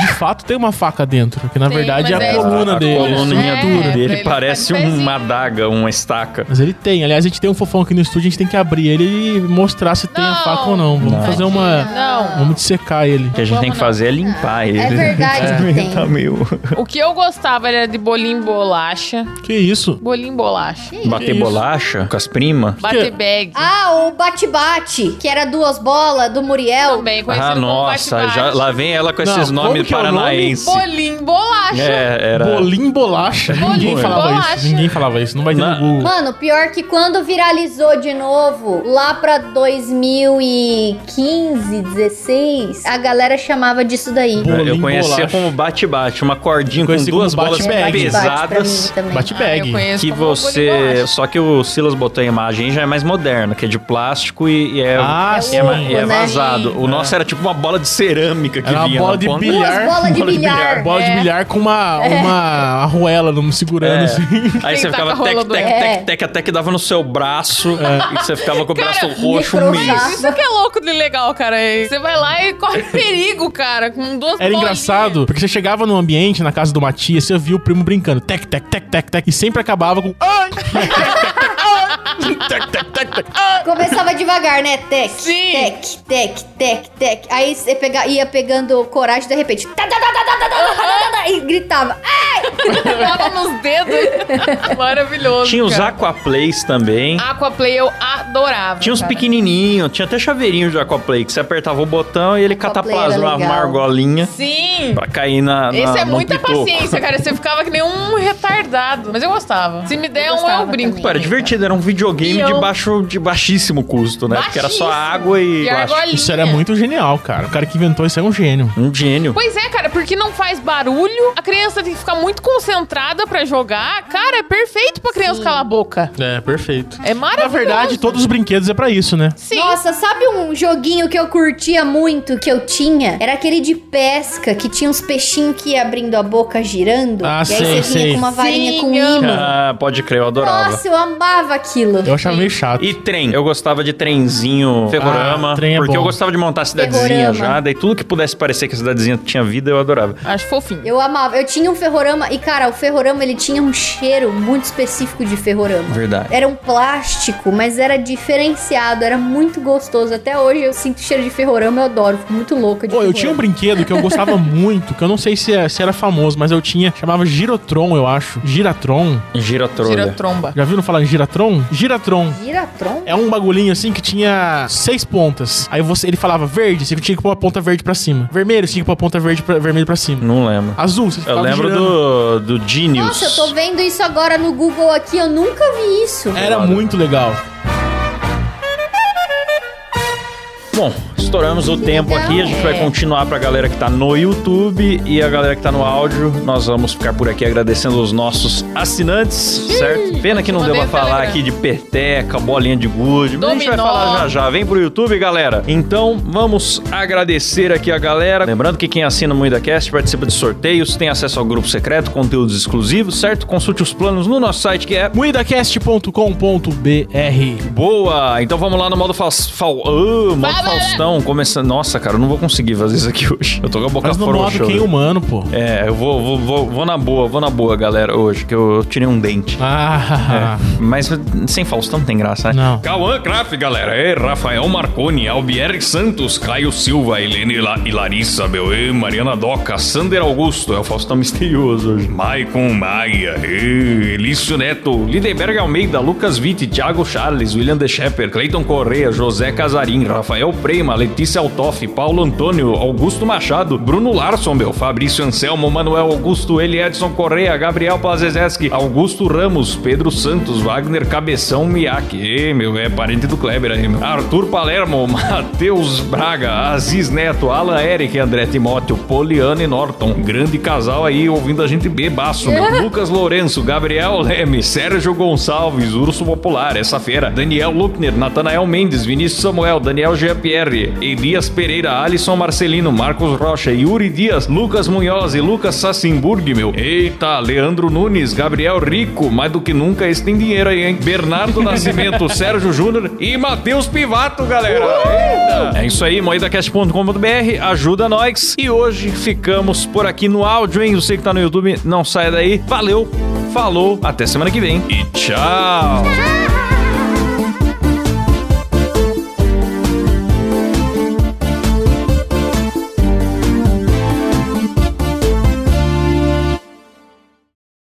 [SPEAKER 2] De fato, tem uma faca dentro, que na
[SPEAKER 3] Tem,
[SPEAKER 2] verdade é
[SPEAKER 3] mas
[SPEAKER 2] a
[SPEAKER 3] é-
[SPEAKER 2] coluna
[SPEAKER 1] a
[SPEAKER 2] dele.
[SPEAKER 1] coluninha
[SPEAKER 3] É,
[SPEAKER 1] dura
[SPEAKER 3] pra
[SPEAKER 1] dele.
[SPEAKER 3] ele
[SPEAKER 1] parece
[SPEAKER 3] ficar de pezinho.
[SPEAKER 1] uma adaga, uma estaca.
[SPEAKER 2] Mas ele tem. Aliás, a gente tem um fofão aqui no estúdio, a gente tem que abrir ele e mostrar se tem a
[SPEAKER 3] Não.
[SPEAKER 2] faca ou não. Vamos
[SPEAKER 1] Não.
[SPEAKER 2] fazer uma.
[SPEAKER 3] Não.
[SPEAKER 2] Vamos dissecar ele.
[SPEAKER 1] O que a gente tem que fazer é limpar ele.
[SPEAKER 4] É verdade que tem.
[SPEAKER 1] Tá meio...
[SPEAKER 3] O que eu gostava era de bolinho bolacha.
[SPEAKER 2] Que isso?
[SPEAKER 3] Bolinho bolacha.
[SPEAKER 1] Bater
[SPEAKER 2] isso?
[SPEAKER 1] bolacha com as primas.
[SPEAKER 3] Bater bag.
[SPEAKER 4] Ah, o bate-bate, que era duas bolas do Muriel.
[SPEAKER 3] também, conhecido
[SPEAKER 1] Ah,
[SPEAKER 3] como
[SPEAKER 1] nossa,
[SPEAKER 3] bate-bate.
[SPEAKER 1] já, lá vem ela com
[SPEAKER 2] Não,
[SPEAKER 1] esses
[SPEAKER 2] como
[SPEAKER 1] nomes
[SPEAKER 2] que é o nome?
[SPEAKER 1] paranaense.
[SPEAKER 3] Bolinho bolacha. Ah,
[SPEAKER 1] É, era.
[SPEAKER 2] Bolim bolacha.
[SPEAKER 3] Bolim
[SPEAKER 2] ninguém falava
[SPEAKER 3] bolacha.
[SPEAKER 2] isso. Ninguém falava isso. Não vai ter
[SPEAKER 1] Na-
[SPEAKER 2] no Google.
[SPEAKER 4] Mano, pior que quando viralizou de novo, lá pra 2015, 16, a galera chamava disso daí.
[SPEAKER 2] Bo- bolinho
[SPEAKER 1] eu conhecia
[SPEAKER 2] bolacha.
[SPEAKER 1] como bate-bate, uma cordinha com
[SPEAKER 2] Conheci como
[SPEAKER 1] duas bolas
[SPEAKER 2] bate-bag.
[SPEAKER 4] pra mim
[SPEAKER 1] pesadas.
[SPEAKER 4] também.
[SPEAKER 2] Bate
[SPEAKER 3] Ah, eu
[SPEAKER 2] bag.
[SPEAKER 3] conheço
[SPEAKER 1] Que
[SPEAKER 3] como bolinho
[SPEAKER 1] você. é
[SPEAKER 3] bolacha.
[SPEAKER 1] Só que o Silas botou a imagem já é mais moderna, que é de plástico e, e é,
[SPEAKER 2] Ah,
[SPEAKER 1] e
[SPEAKER 2] sim.
[SPEAKER 1] é, ma- e é
[SPEAKER 4] né?
[SPEAKER 1] vazado. O nosso era tipo uma bola de cerâmica que
[SPEAKER 2] Era uma
[SPEAKER 1] vinha
[SPEAKER 2] bola
[SPEAKER 1] na
[SPEAKER 2] de
[SPEAKER 1] ponta.
[SPEAKER 2] bilhar.
[SPEAKER 4] Duas bolas de
[SPEAKER 1] Bola de
[SPEAKER 4] bilhar.
[SPEAKER 2] Bola de
[SPEAKER 3] É.
[SPEAKER 2] milhar com uma, uma arruela não me segurando
[SPEAKER 1] É.
[SPEAKER 2] assim.
[SPEAKER 1] Aí você
[SPEAKER 3] Quem taca
[SPEAKER 1] ficava
[SPEAKER 3] tá rola
[SPEAKER 1] tec,
[SPEAKER 3] do-
[SPEAKER 1] tec,
[SPEAKER 4] É.
[SPEAKER 1] tec, tec, até que dava no seu braço e você ficava com o braço
[SPEAKER 4] me
[SPEAKER 1] roxo um mês.
[SPEAKER 4] cruzava.
[SPEAKER 3] Isso que é louco de legal, cara. É, Você vai lá e corre perigo, cara, com duas
[SPEAKER 2] Era
[SPEAKER 3] bolinhas.
[SPEAKER 2] engraçado, porque você chegava no ambiente, na casa do Matias, você via o primo brincando, tec, tec, tec, tec, tec, e sempre acabava com... "Ah!" Ai! Tec, tec, tec, tec.
[SPEAKER 4] Começava devagar, né? Tec,
[SPEAKER 3] Sim.
[SPEAKER 4] tec, tec, tec, tec. Aí você pega, ia pegando coragem de repente. tá, tá, tá, tá, tá, tá, tá, tá, tá, tá, E gritava. Ah,
[SPEAKER 3] Tava nos dedos. Maravilhoso.
[SPEAKER 1] Tinha os
[SPEAKER 3] cara.
[SPEAKER 1] Aquaplays também.
[SPEAKER 3] Aquaplay eu adorava.
[SPEAKER 1] Tinha uns
[SPEAKER 3] cara.
[SPEAKER 1] pequenininhos, tinha até chaveirinho de Aquaplay, que você apertava o botão e ele
[SPEAKER 4] Aquaplay
[SPEAKER 1] cataplasmava
[SPEAKER 4] era
[SPEAKER 1] uma
[SPEAKER 4] legal.
[SPEAKER 1] argolinha
[SPEAKER 3] Sim.
[SPEAKER 1] pra cair na. na
[SPEAKER 3] Esse é
[SPEAKER 1] num
[SPEAKER 3] muita
[SPEAKER 1] pitoco.
[SPEAKER 3] paciência, cara. Você ficava que nem um retardado. Mas eu gostava. Se me der
[SPEAKER 4] Eu
[SPEAKER 3] um, eu
[SPEAKER 4] gostava
[SPEAKER 3] brinco.
[SPEAKER 1] Pô, era divertido, era um videogame
[SPEAKER 3] E eu-
[SPEAKER 1] de, baixo, de baixíssimo custo, né? Porque era só
[SPEAKER 3] Baixíssimo.
[SPEAKER 1] água e,
[SPEAKER 3] E
[SPEAKER 1] plástico.
[SPEAKER 3] argolinha.
[SPEAKER 2] Isso era muito genial, cara. O cara que inventou isso é um gênio.
[SPEAKER 1] Um gênio.
[SPEAKER 3] Pois é, cara, porque não faz barulho, a criança tem que ficar muito concentrada pra jogar. Cara, é perfeito pra criança calar a boca.
[SPEAKER 2] É, perfeito.
[SPEAKER 3] É
[SPEAKER 2] Na
[SPEAKER 3] maravilhoso.
[SPEAKER 2] verdade, todos os brinquedos é pra isso, né?
[SPEAKER 3] Sim.
[SPEAKER 4] Nossa, sabe um joguinho que eu curtia muito, que eu tinha? Era aquele de pesca, que tinha uns peixinhos que ia abrindo a boca, girando.
[SPEAKER 2] Ah,
[SPEAKER 4] e aí
[SPEAKER 2] sei,
[SPEAKER 4] você vinha
[SPEAKER 2] sei.
[SPEAKER 4] com uma varinha
[SPEAKER 3] Sim,
[SPEAKER 4] com
[SPEAKER 3] amo.
[SPEAKER 4] imã.
[SPEAKER 1] Ah, pode crer, eu adorava.
[SPEAKER 4] Nossa, eu amava aquilo.
[SPEAKER 2] Eu achava meio chato.
[SPEAKER 1] E trem. Eu gostava de trenzinho, ferrorama,
[SPEAKER 2] Ah, trem é
[SPEAKER 1] porque
[SPEAKER 2] bom.
[SPEAKER 1] eu gostava de montar a cidadezinha
[SPEAKER 4] Ferrorama.
[SPEAKER 1] já, daí tudo que pudesse parecer que a cidadezinha tinha vida, eu adorava.
[SPEAKER 3] Acho fofinho.
[SPEAKER 4] Eu amava. Eu tinha um ferrorama e, cara, o ferrorama ele tinha um cheiro muito específico de ferrorama.
[SPEAKER 1] Verdade.
[SPEAKER 4] Era um plástico, mas era diferenciado, era muito gostoso. Até hoje eu sinto cheiro de ferrorama, eu adoro, fico muito louca de
[SPEAKER 2] Pô, eu
[SPEAKER 4] ferrorama.
[SPEAKER 2] tinha um brinquedo que eu gostava muito, que eu não sei se, é- se era famoso, mas eu tinha, chamava Girotron, eu acho. Giratron.
[SPEAKER 3] Tira a
[SPEAKER 1] Giratrolha.
[SPEAKER 3] tromba.
[SPEAKER 2] Já viram falar em Giratron? Giratron.
[SPEAKER 4] Giratron?
[SPEAKER 2] É um bagulhinho assim que tinha seis pontas. Aí você, ele falava verde, você tinha que pôr a ponta verde pra cima. Vermelho, você tinha que pôr a ponta verde pra, vermelho pra cima.
[SPEAKER 1] Não lembro.
[SPEAKER 2] Azul, você
[SPEAKER 1] Eu
[SPEAKER 2] ficava
[SPEAKER 1] lembro
[SPEAKER 2] Ah, girando.
[SPEAKER 1] do, do Genius.
[SPEAKER 4] Nossa, eu tô vendo isso agora no Google aqui, eu nunca vi isso.
[SPEAKER 2] Era muito legal.
[SPEAKER 1] Bom, estouramos o tempo
[SPEAKER 4] Então,
[SPEAKER 1] aqui, a gente vai
[SPEAKER 4] é.
[SPEAKER 1] continuar pra galera que tá no YouTube e a galera que tá no áudio. Nós vamos ficar por aqui agradecendo os nossos assinantes, certo? Pena que não deu
[SPEAKER 3] mandei
[SPEAKER 1] pra
[SPEAKER 3] o
[SPEAKER 1] falar
[SPEAKER 3] Telegram.
[SPEAKER 1] aqui de peteca, bolinha de gude, mas a gente vai
[SPEAKER 3] Dominó.
[SPEAKER 1] falar já já. Vem pro YouTube, galera. Então, vamos agradecer aqui a galera. Lembrando que quem assina o MuidaCast participa de sorteios, tem acesso ao grupo secreto, conteúdos exclusivos, certo? Consulte os planos no nosso site que é
[SPEAKER 2] Muidacast.com.br
[SPEAKER 1] Boa! Então vamos lá no modo fas, fal, ah, modo
[SPEAKER 3] Fala!
[SPEAKER 1] Faustão. Começando. Nossa, cara, eu não vou conseguir fazer isso aqui hoje. Eu tô com a boca
[SPEAKER 2] Mas no
[SPEAKER 1] frouxa.
[SPEAKER 2] modo quem
[SPEAKER 1] hoje.
[SPEAKER 2] um- humano, pô.
[SPEAKER 1] É, eu vou, vou, vou, vou na boa, vou na boa, galera, hoje, que eu, eu tirei um dente.
[SPEAKER 2] Ah,
[SPEAKER 1] Mas sem Faustão não tem graça, né?
[SPEAKER 2] Não.
[SPEAKER 1] Cauã Kraft, galera. É, Rafael Marconi, Albieri Santos, Caio Silva, Helene La- e Larissa, meu. E Mariana Doca, Sander Augusto. É o Faustão misterioso hoje. Maicon Maia, e Elício Neto, Lideberg Almeida, Lucas Vitti, Thiago Charles, William De Shepper, Cleiton Correa, José Casarim, Rafael Prema, Letícia Altoff, Paulo Antônio, Augusto Machado, Bruno Larson, meu. Fabrício Anselmo, Manuel Augusto, Eli Edson Correa, Gabriel Plazezeski, Augusto Ramos, Pedro Santos, Wagner Cabeção Miyake. Ê, meu, é parente do Kleber aí, meu. Arthur Palermo, Matheus Braga, Aziz Neto, Alan Eric, André Timóteo, Poliana e Norton. Grande casal aí ouvindo a gente bebaço, meu. Lucas Lourenço, Gabriel Leme, Sérgio Gonçalves, Urso Popular, essa feira. Daniel Luckner, Natanael Mendes, Vinícius Samuel, Daniel Jean-Pierre, Elias Pereira, Alisson Marcelino, Marcos Rocha, Yuri Dias, Lucas Munhoz e Lucas Sassimburg, meu. Eita, Leandro Nunes, Gabriel Rico, mais do que nunca, esse tem dinheiro aí, hein? Bernardo Nascimento, Sérgio Júnior e Matheus Pivato, galera. Eita. É isso aí, moedacast.com.br, ajuda nós. E hoje ficamos por aqui no áudio, hein? Você que tá no YouTube, não saia daí. Valeu, falou, até semana que vem e tchau.
[SPEAKER 4] Ah!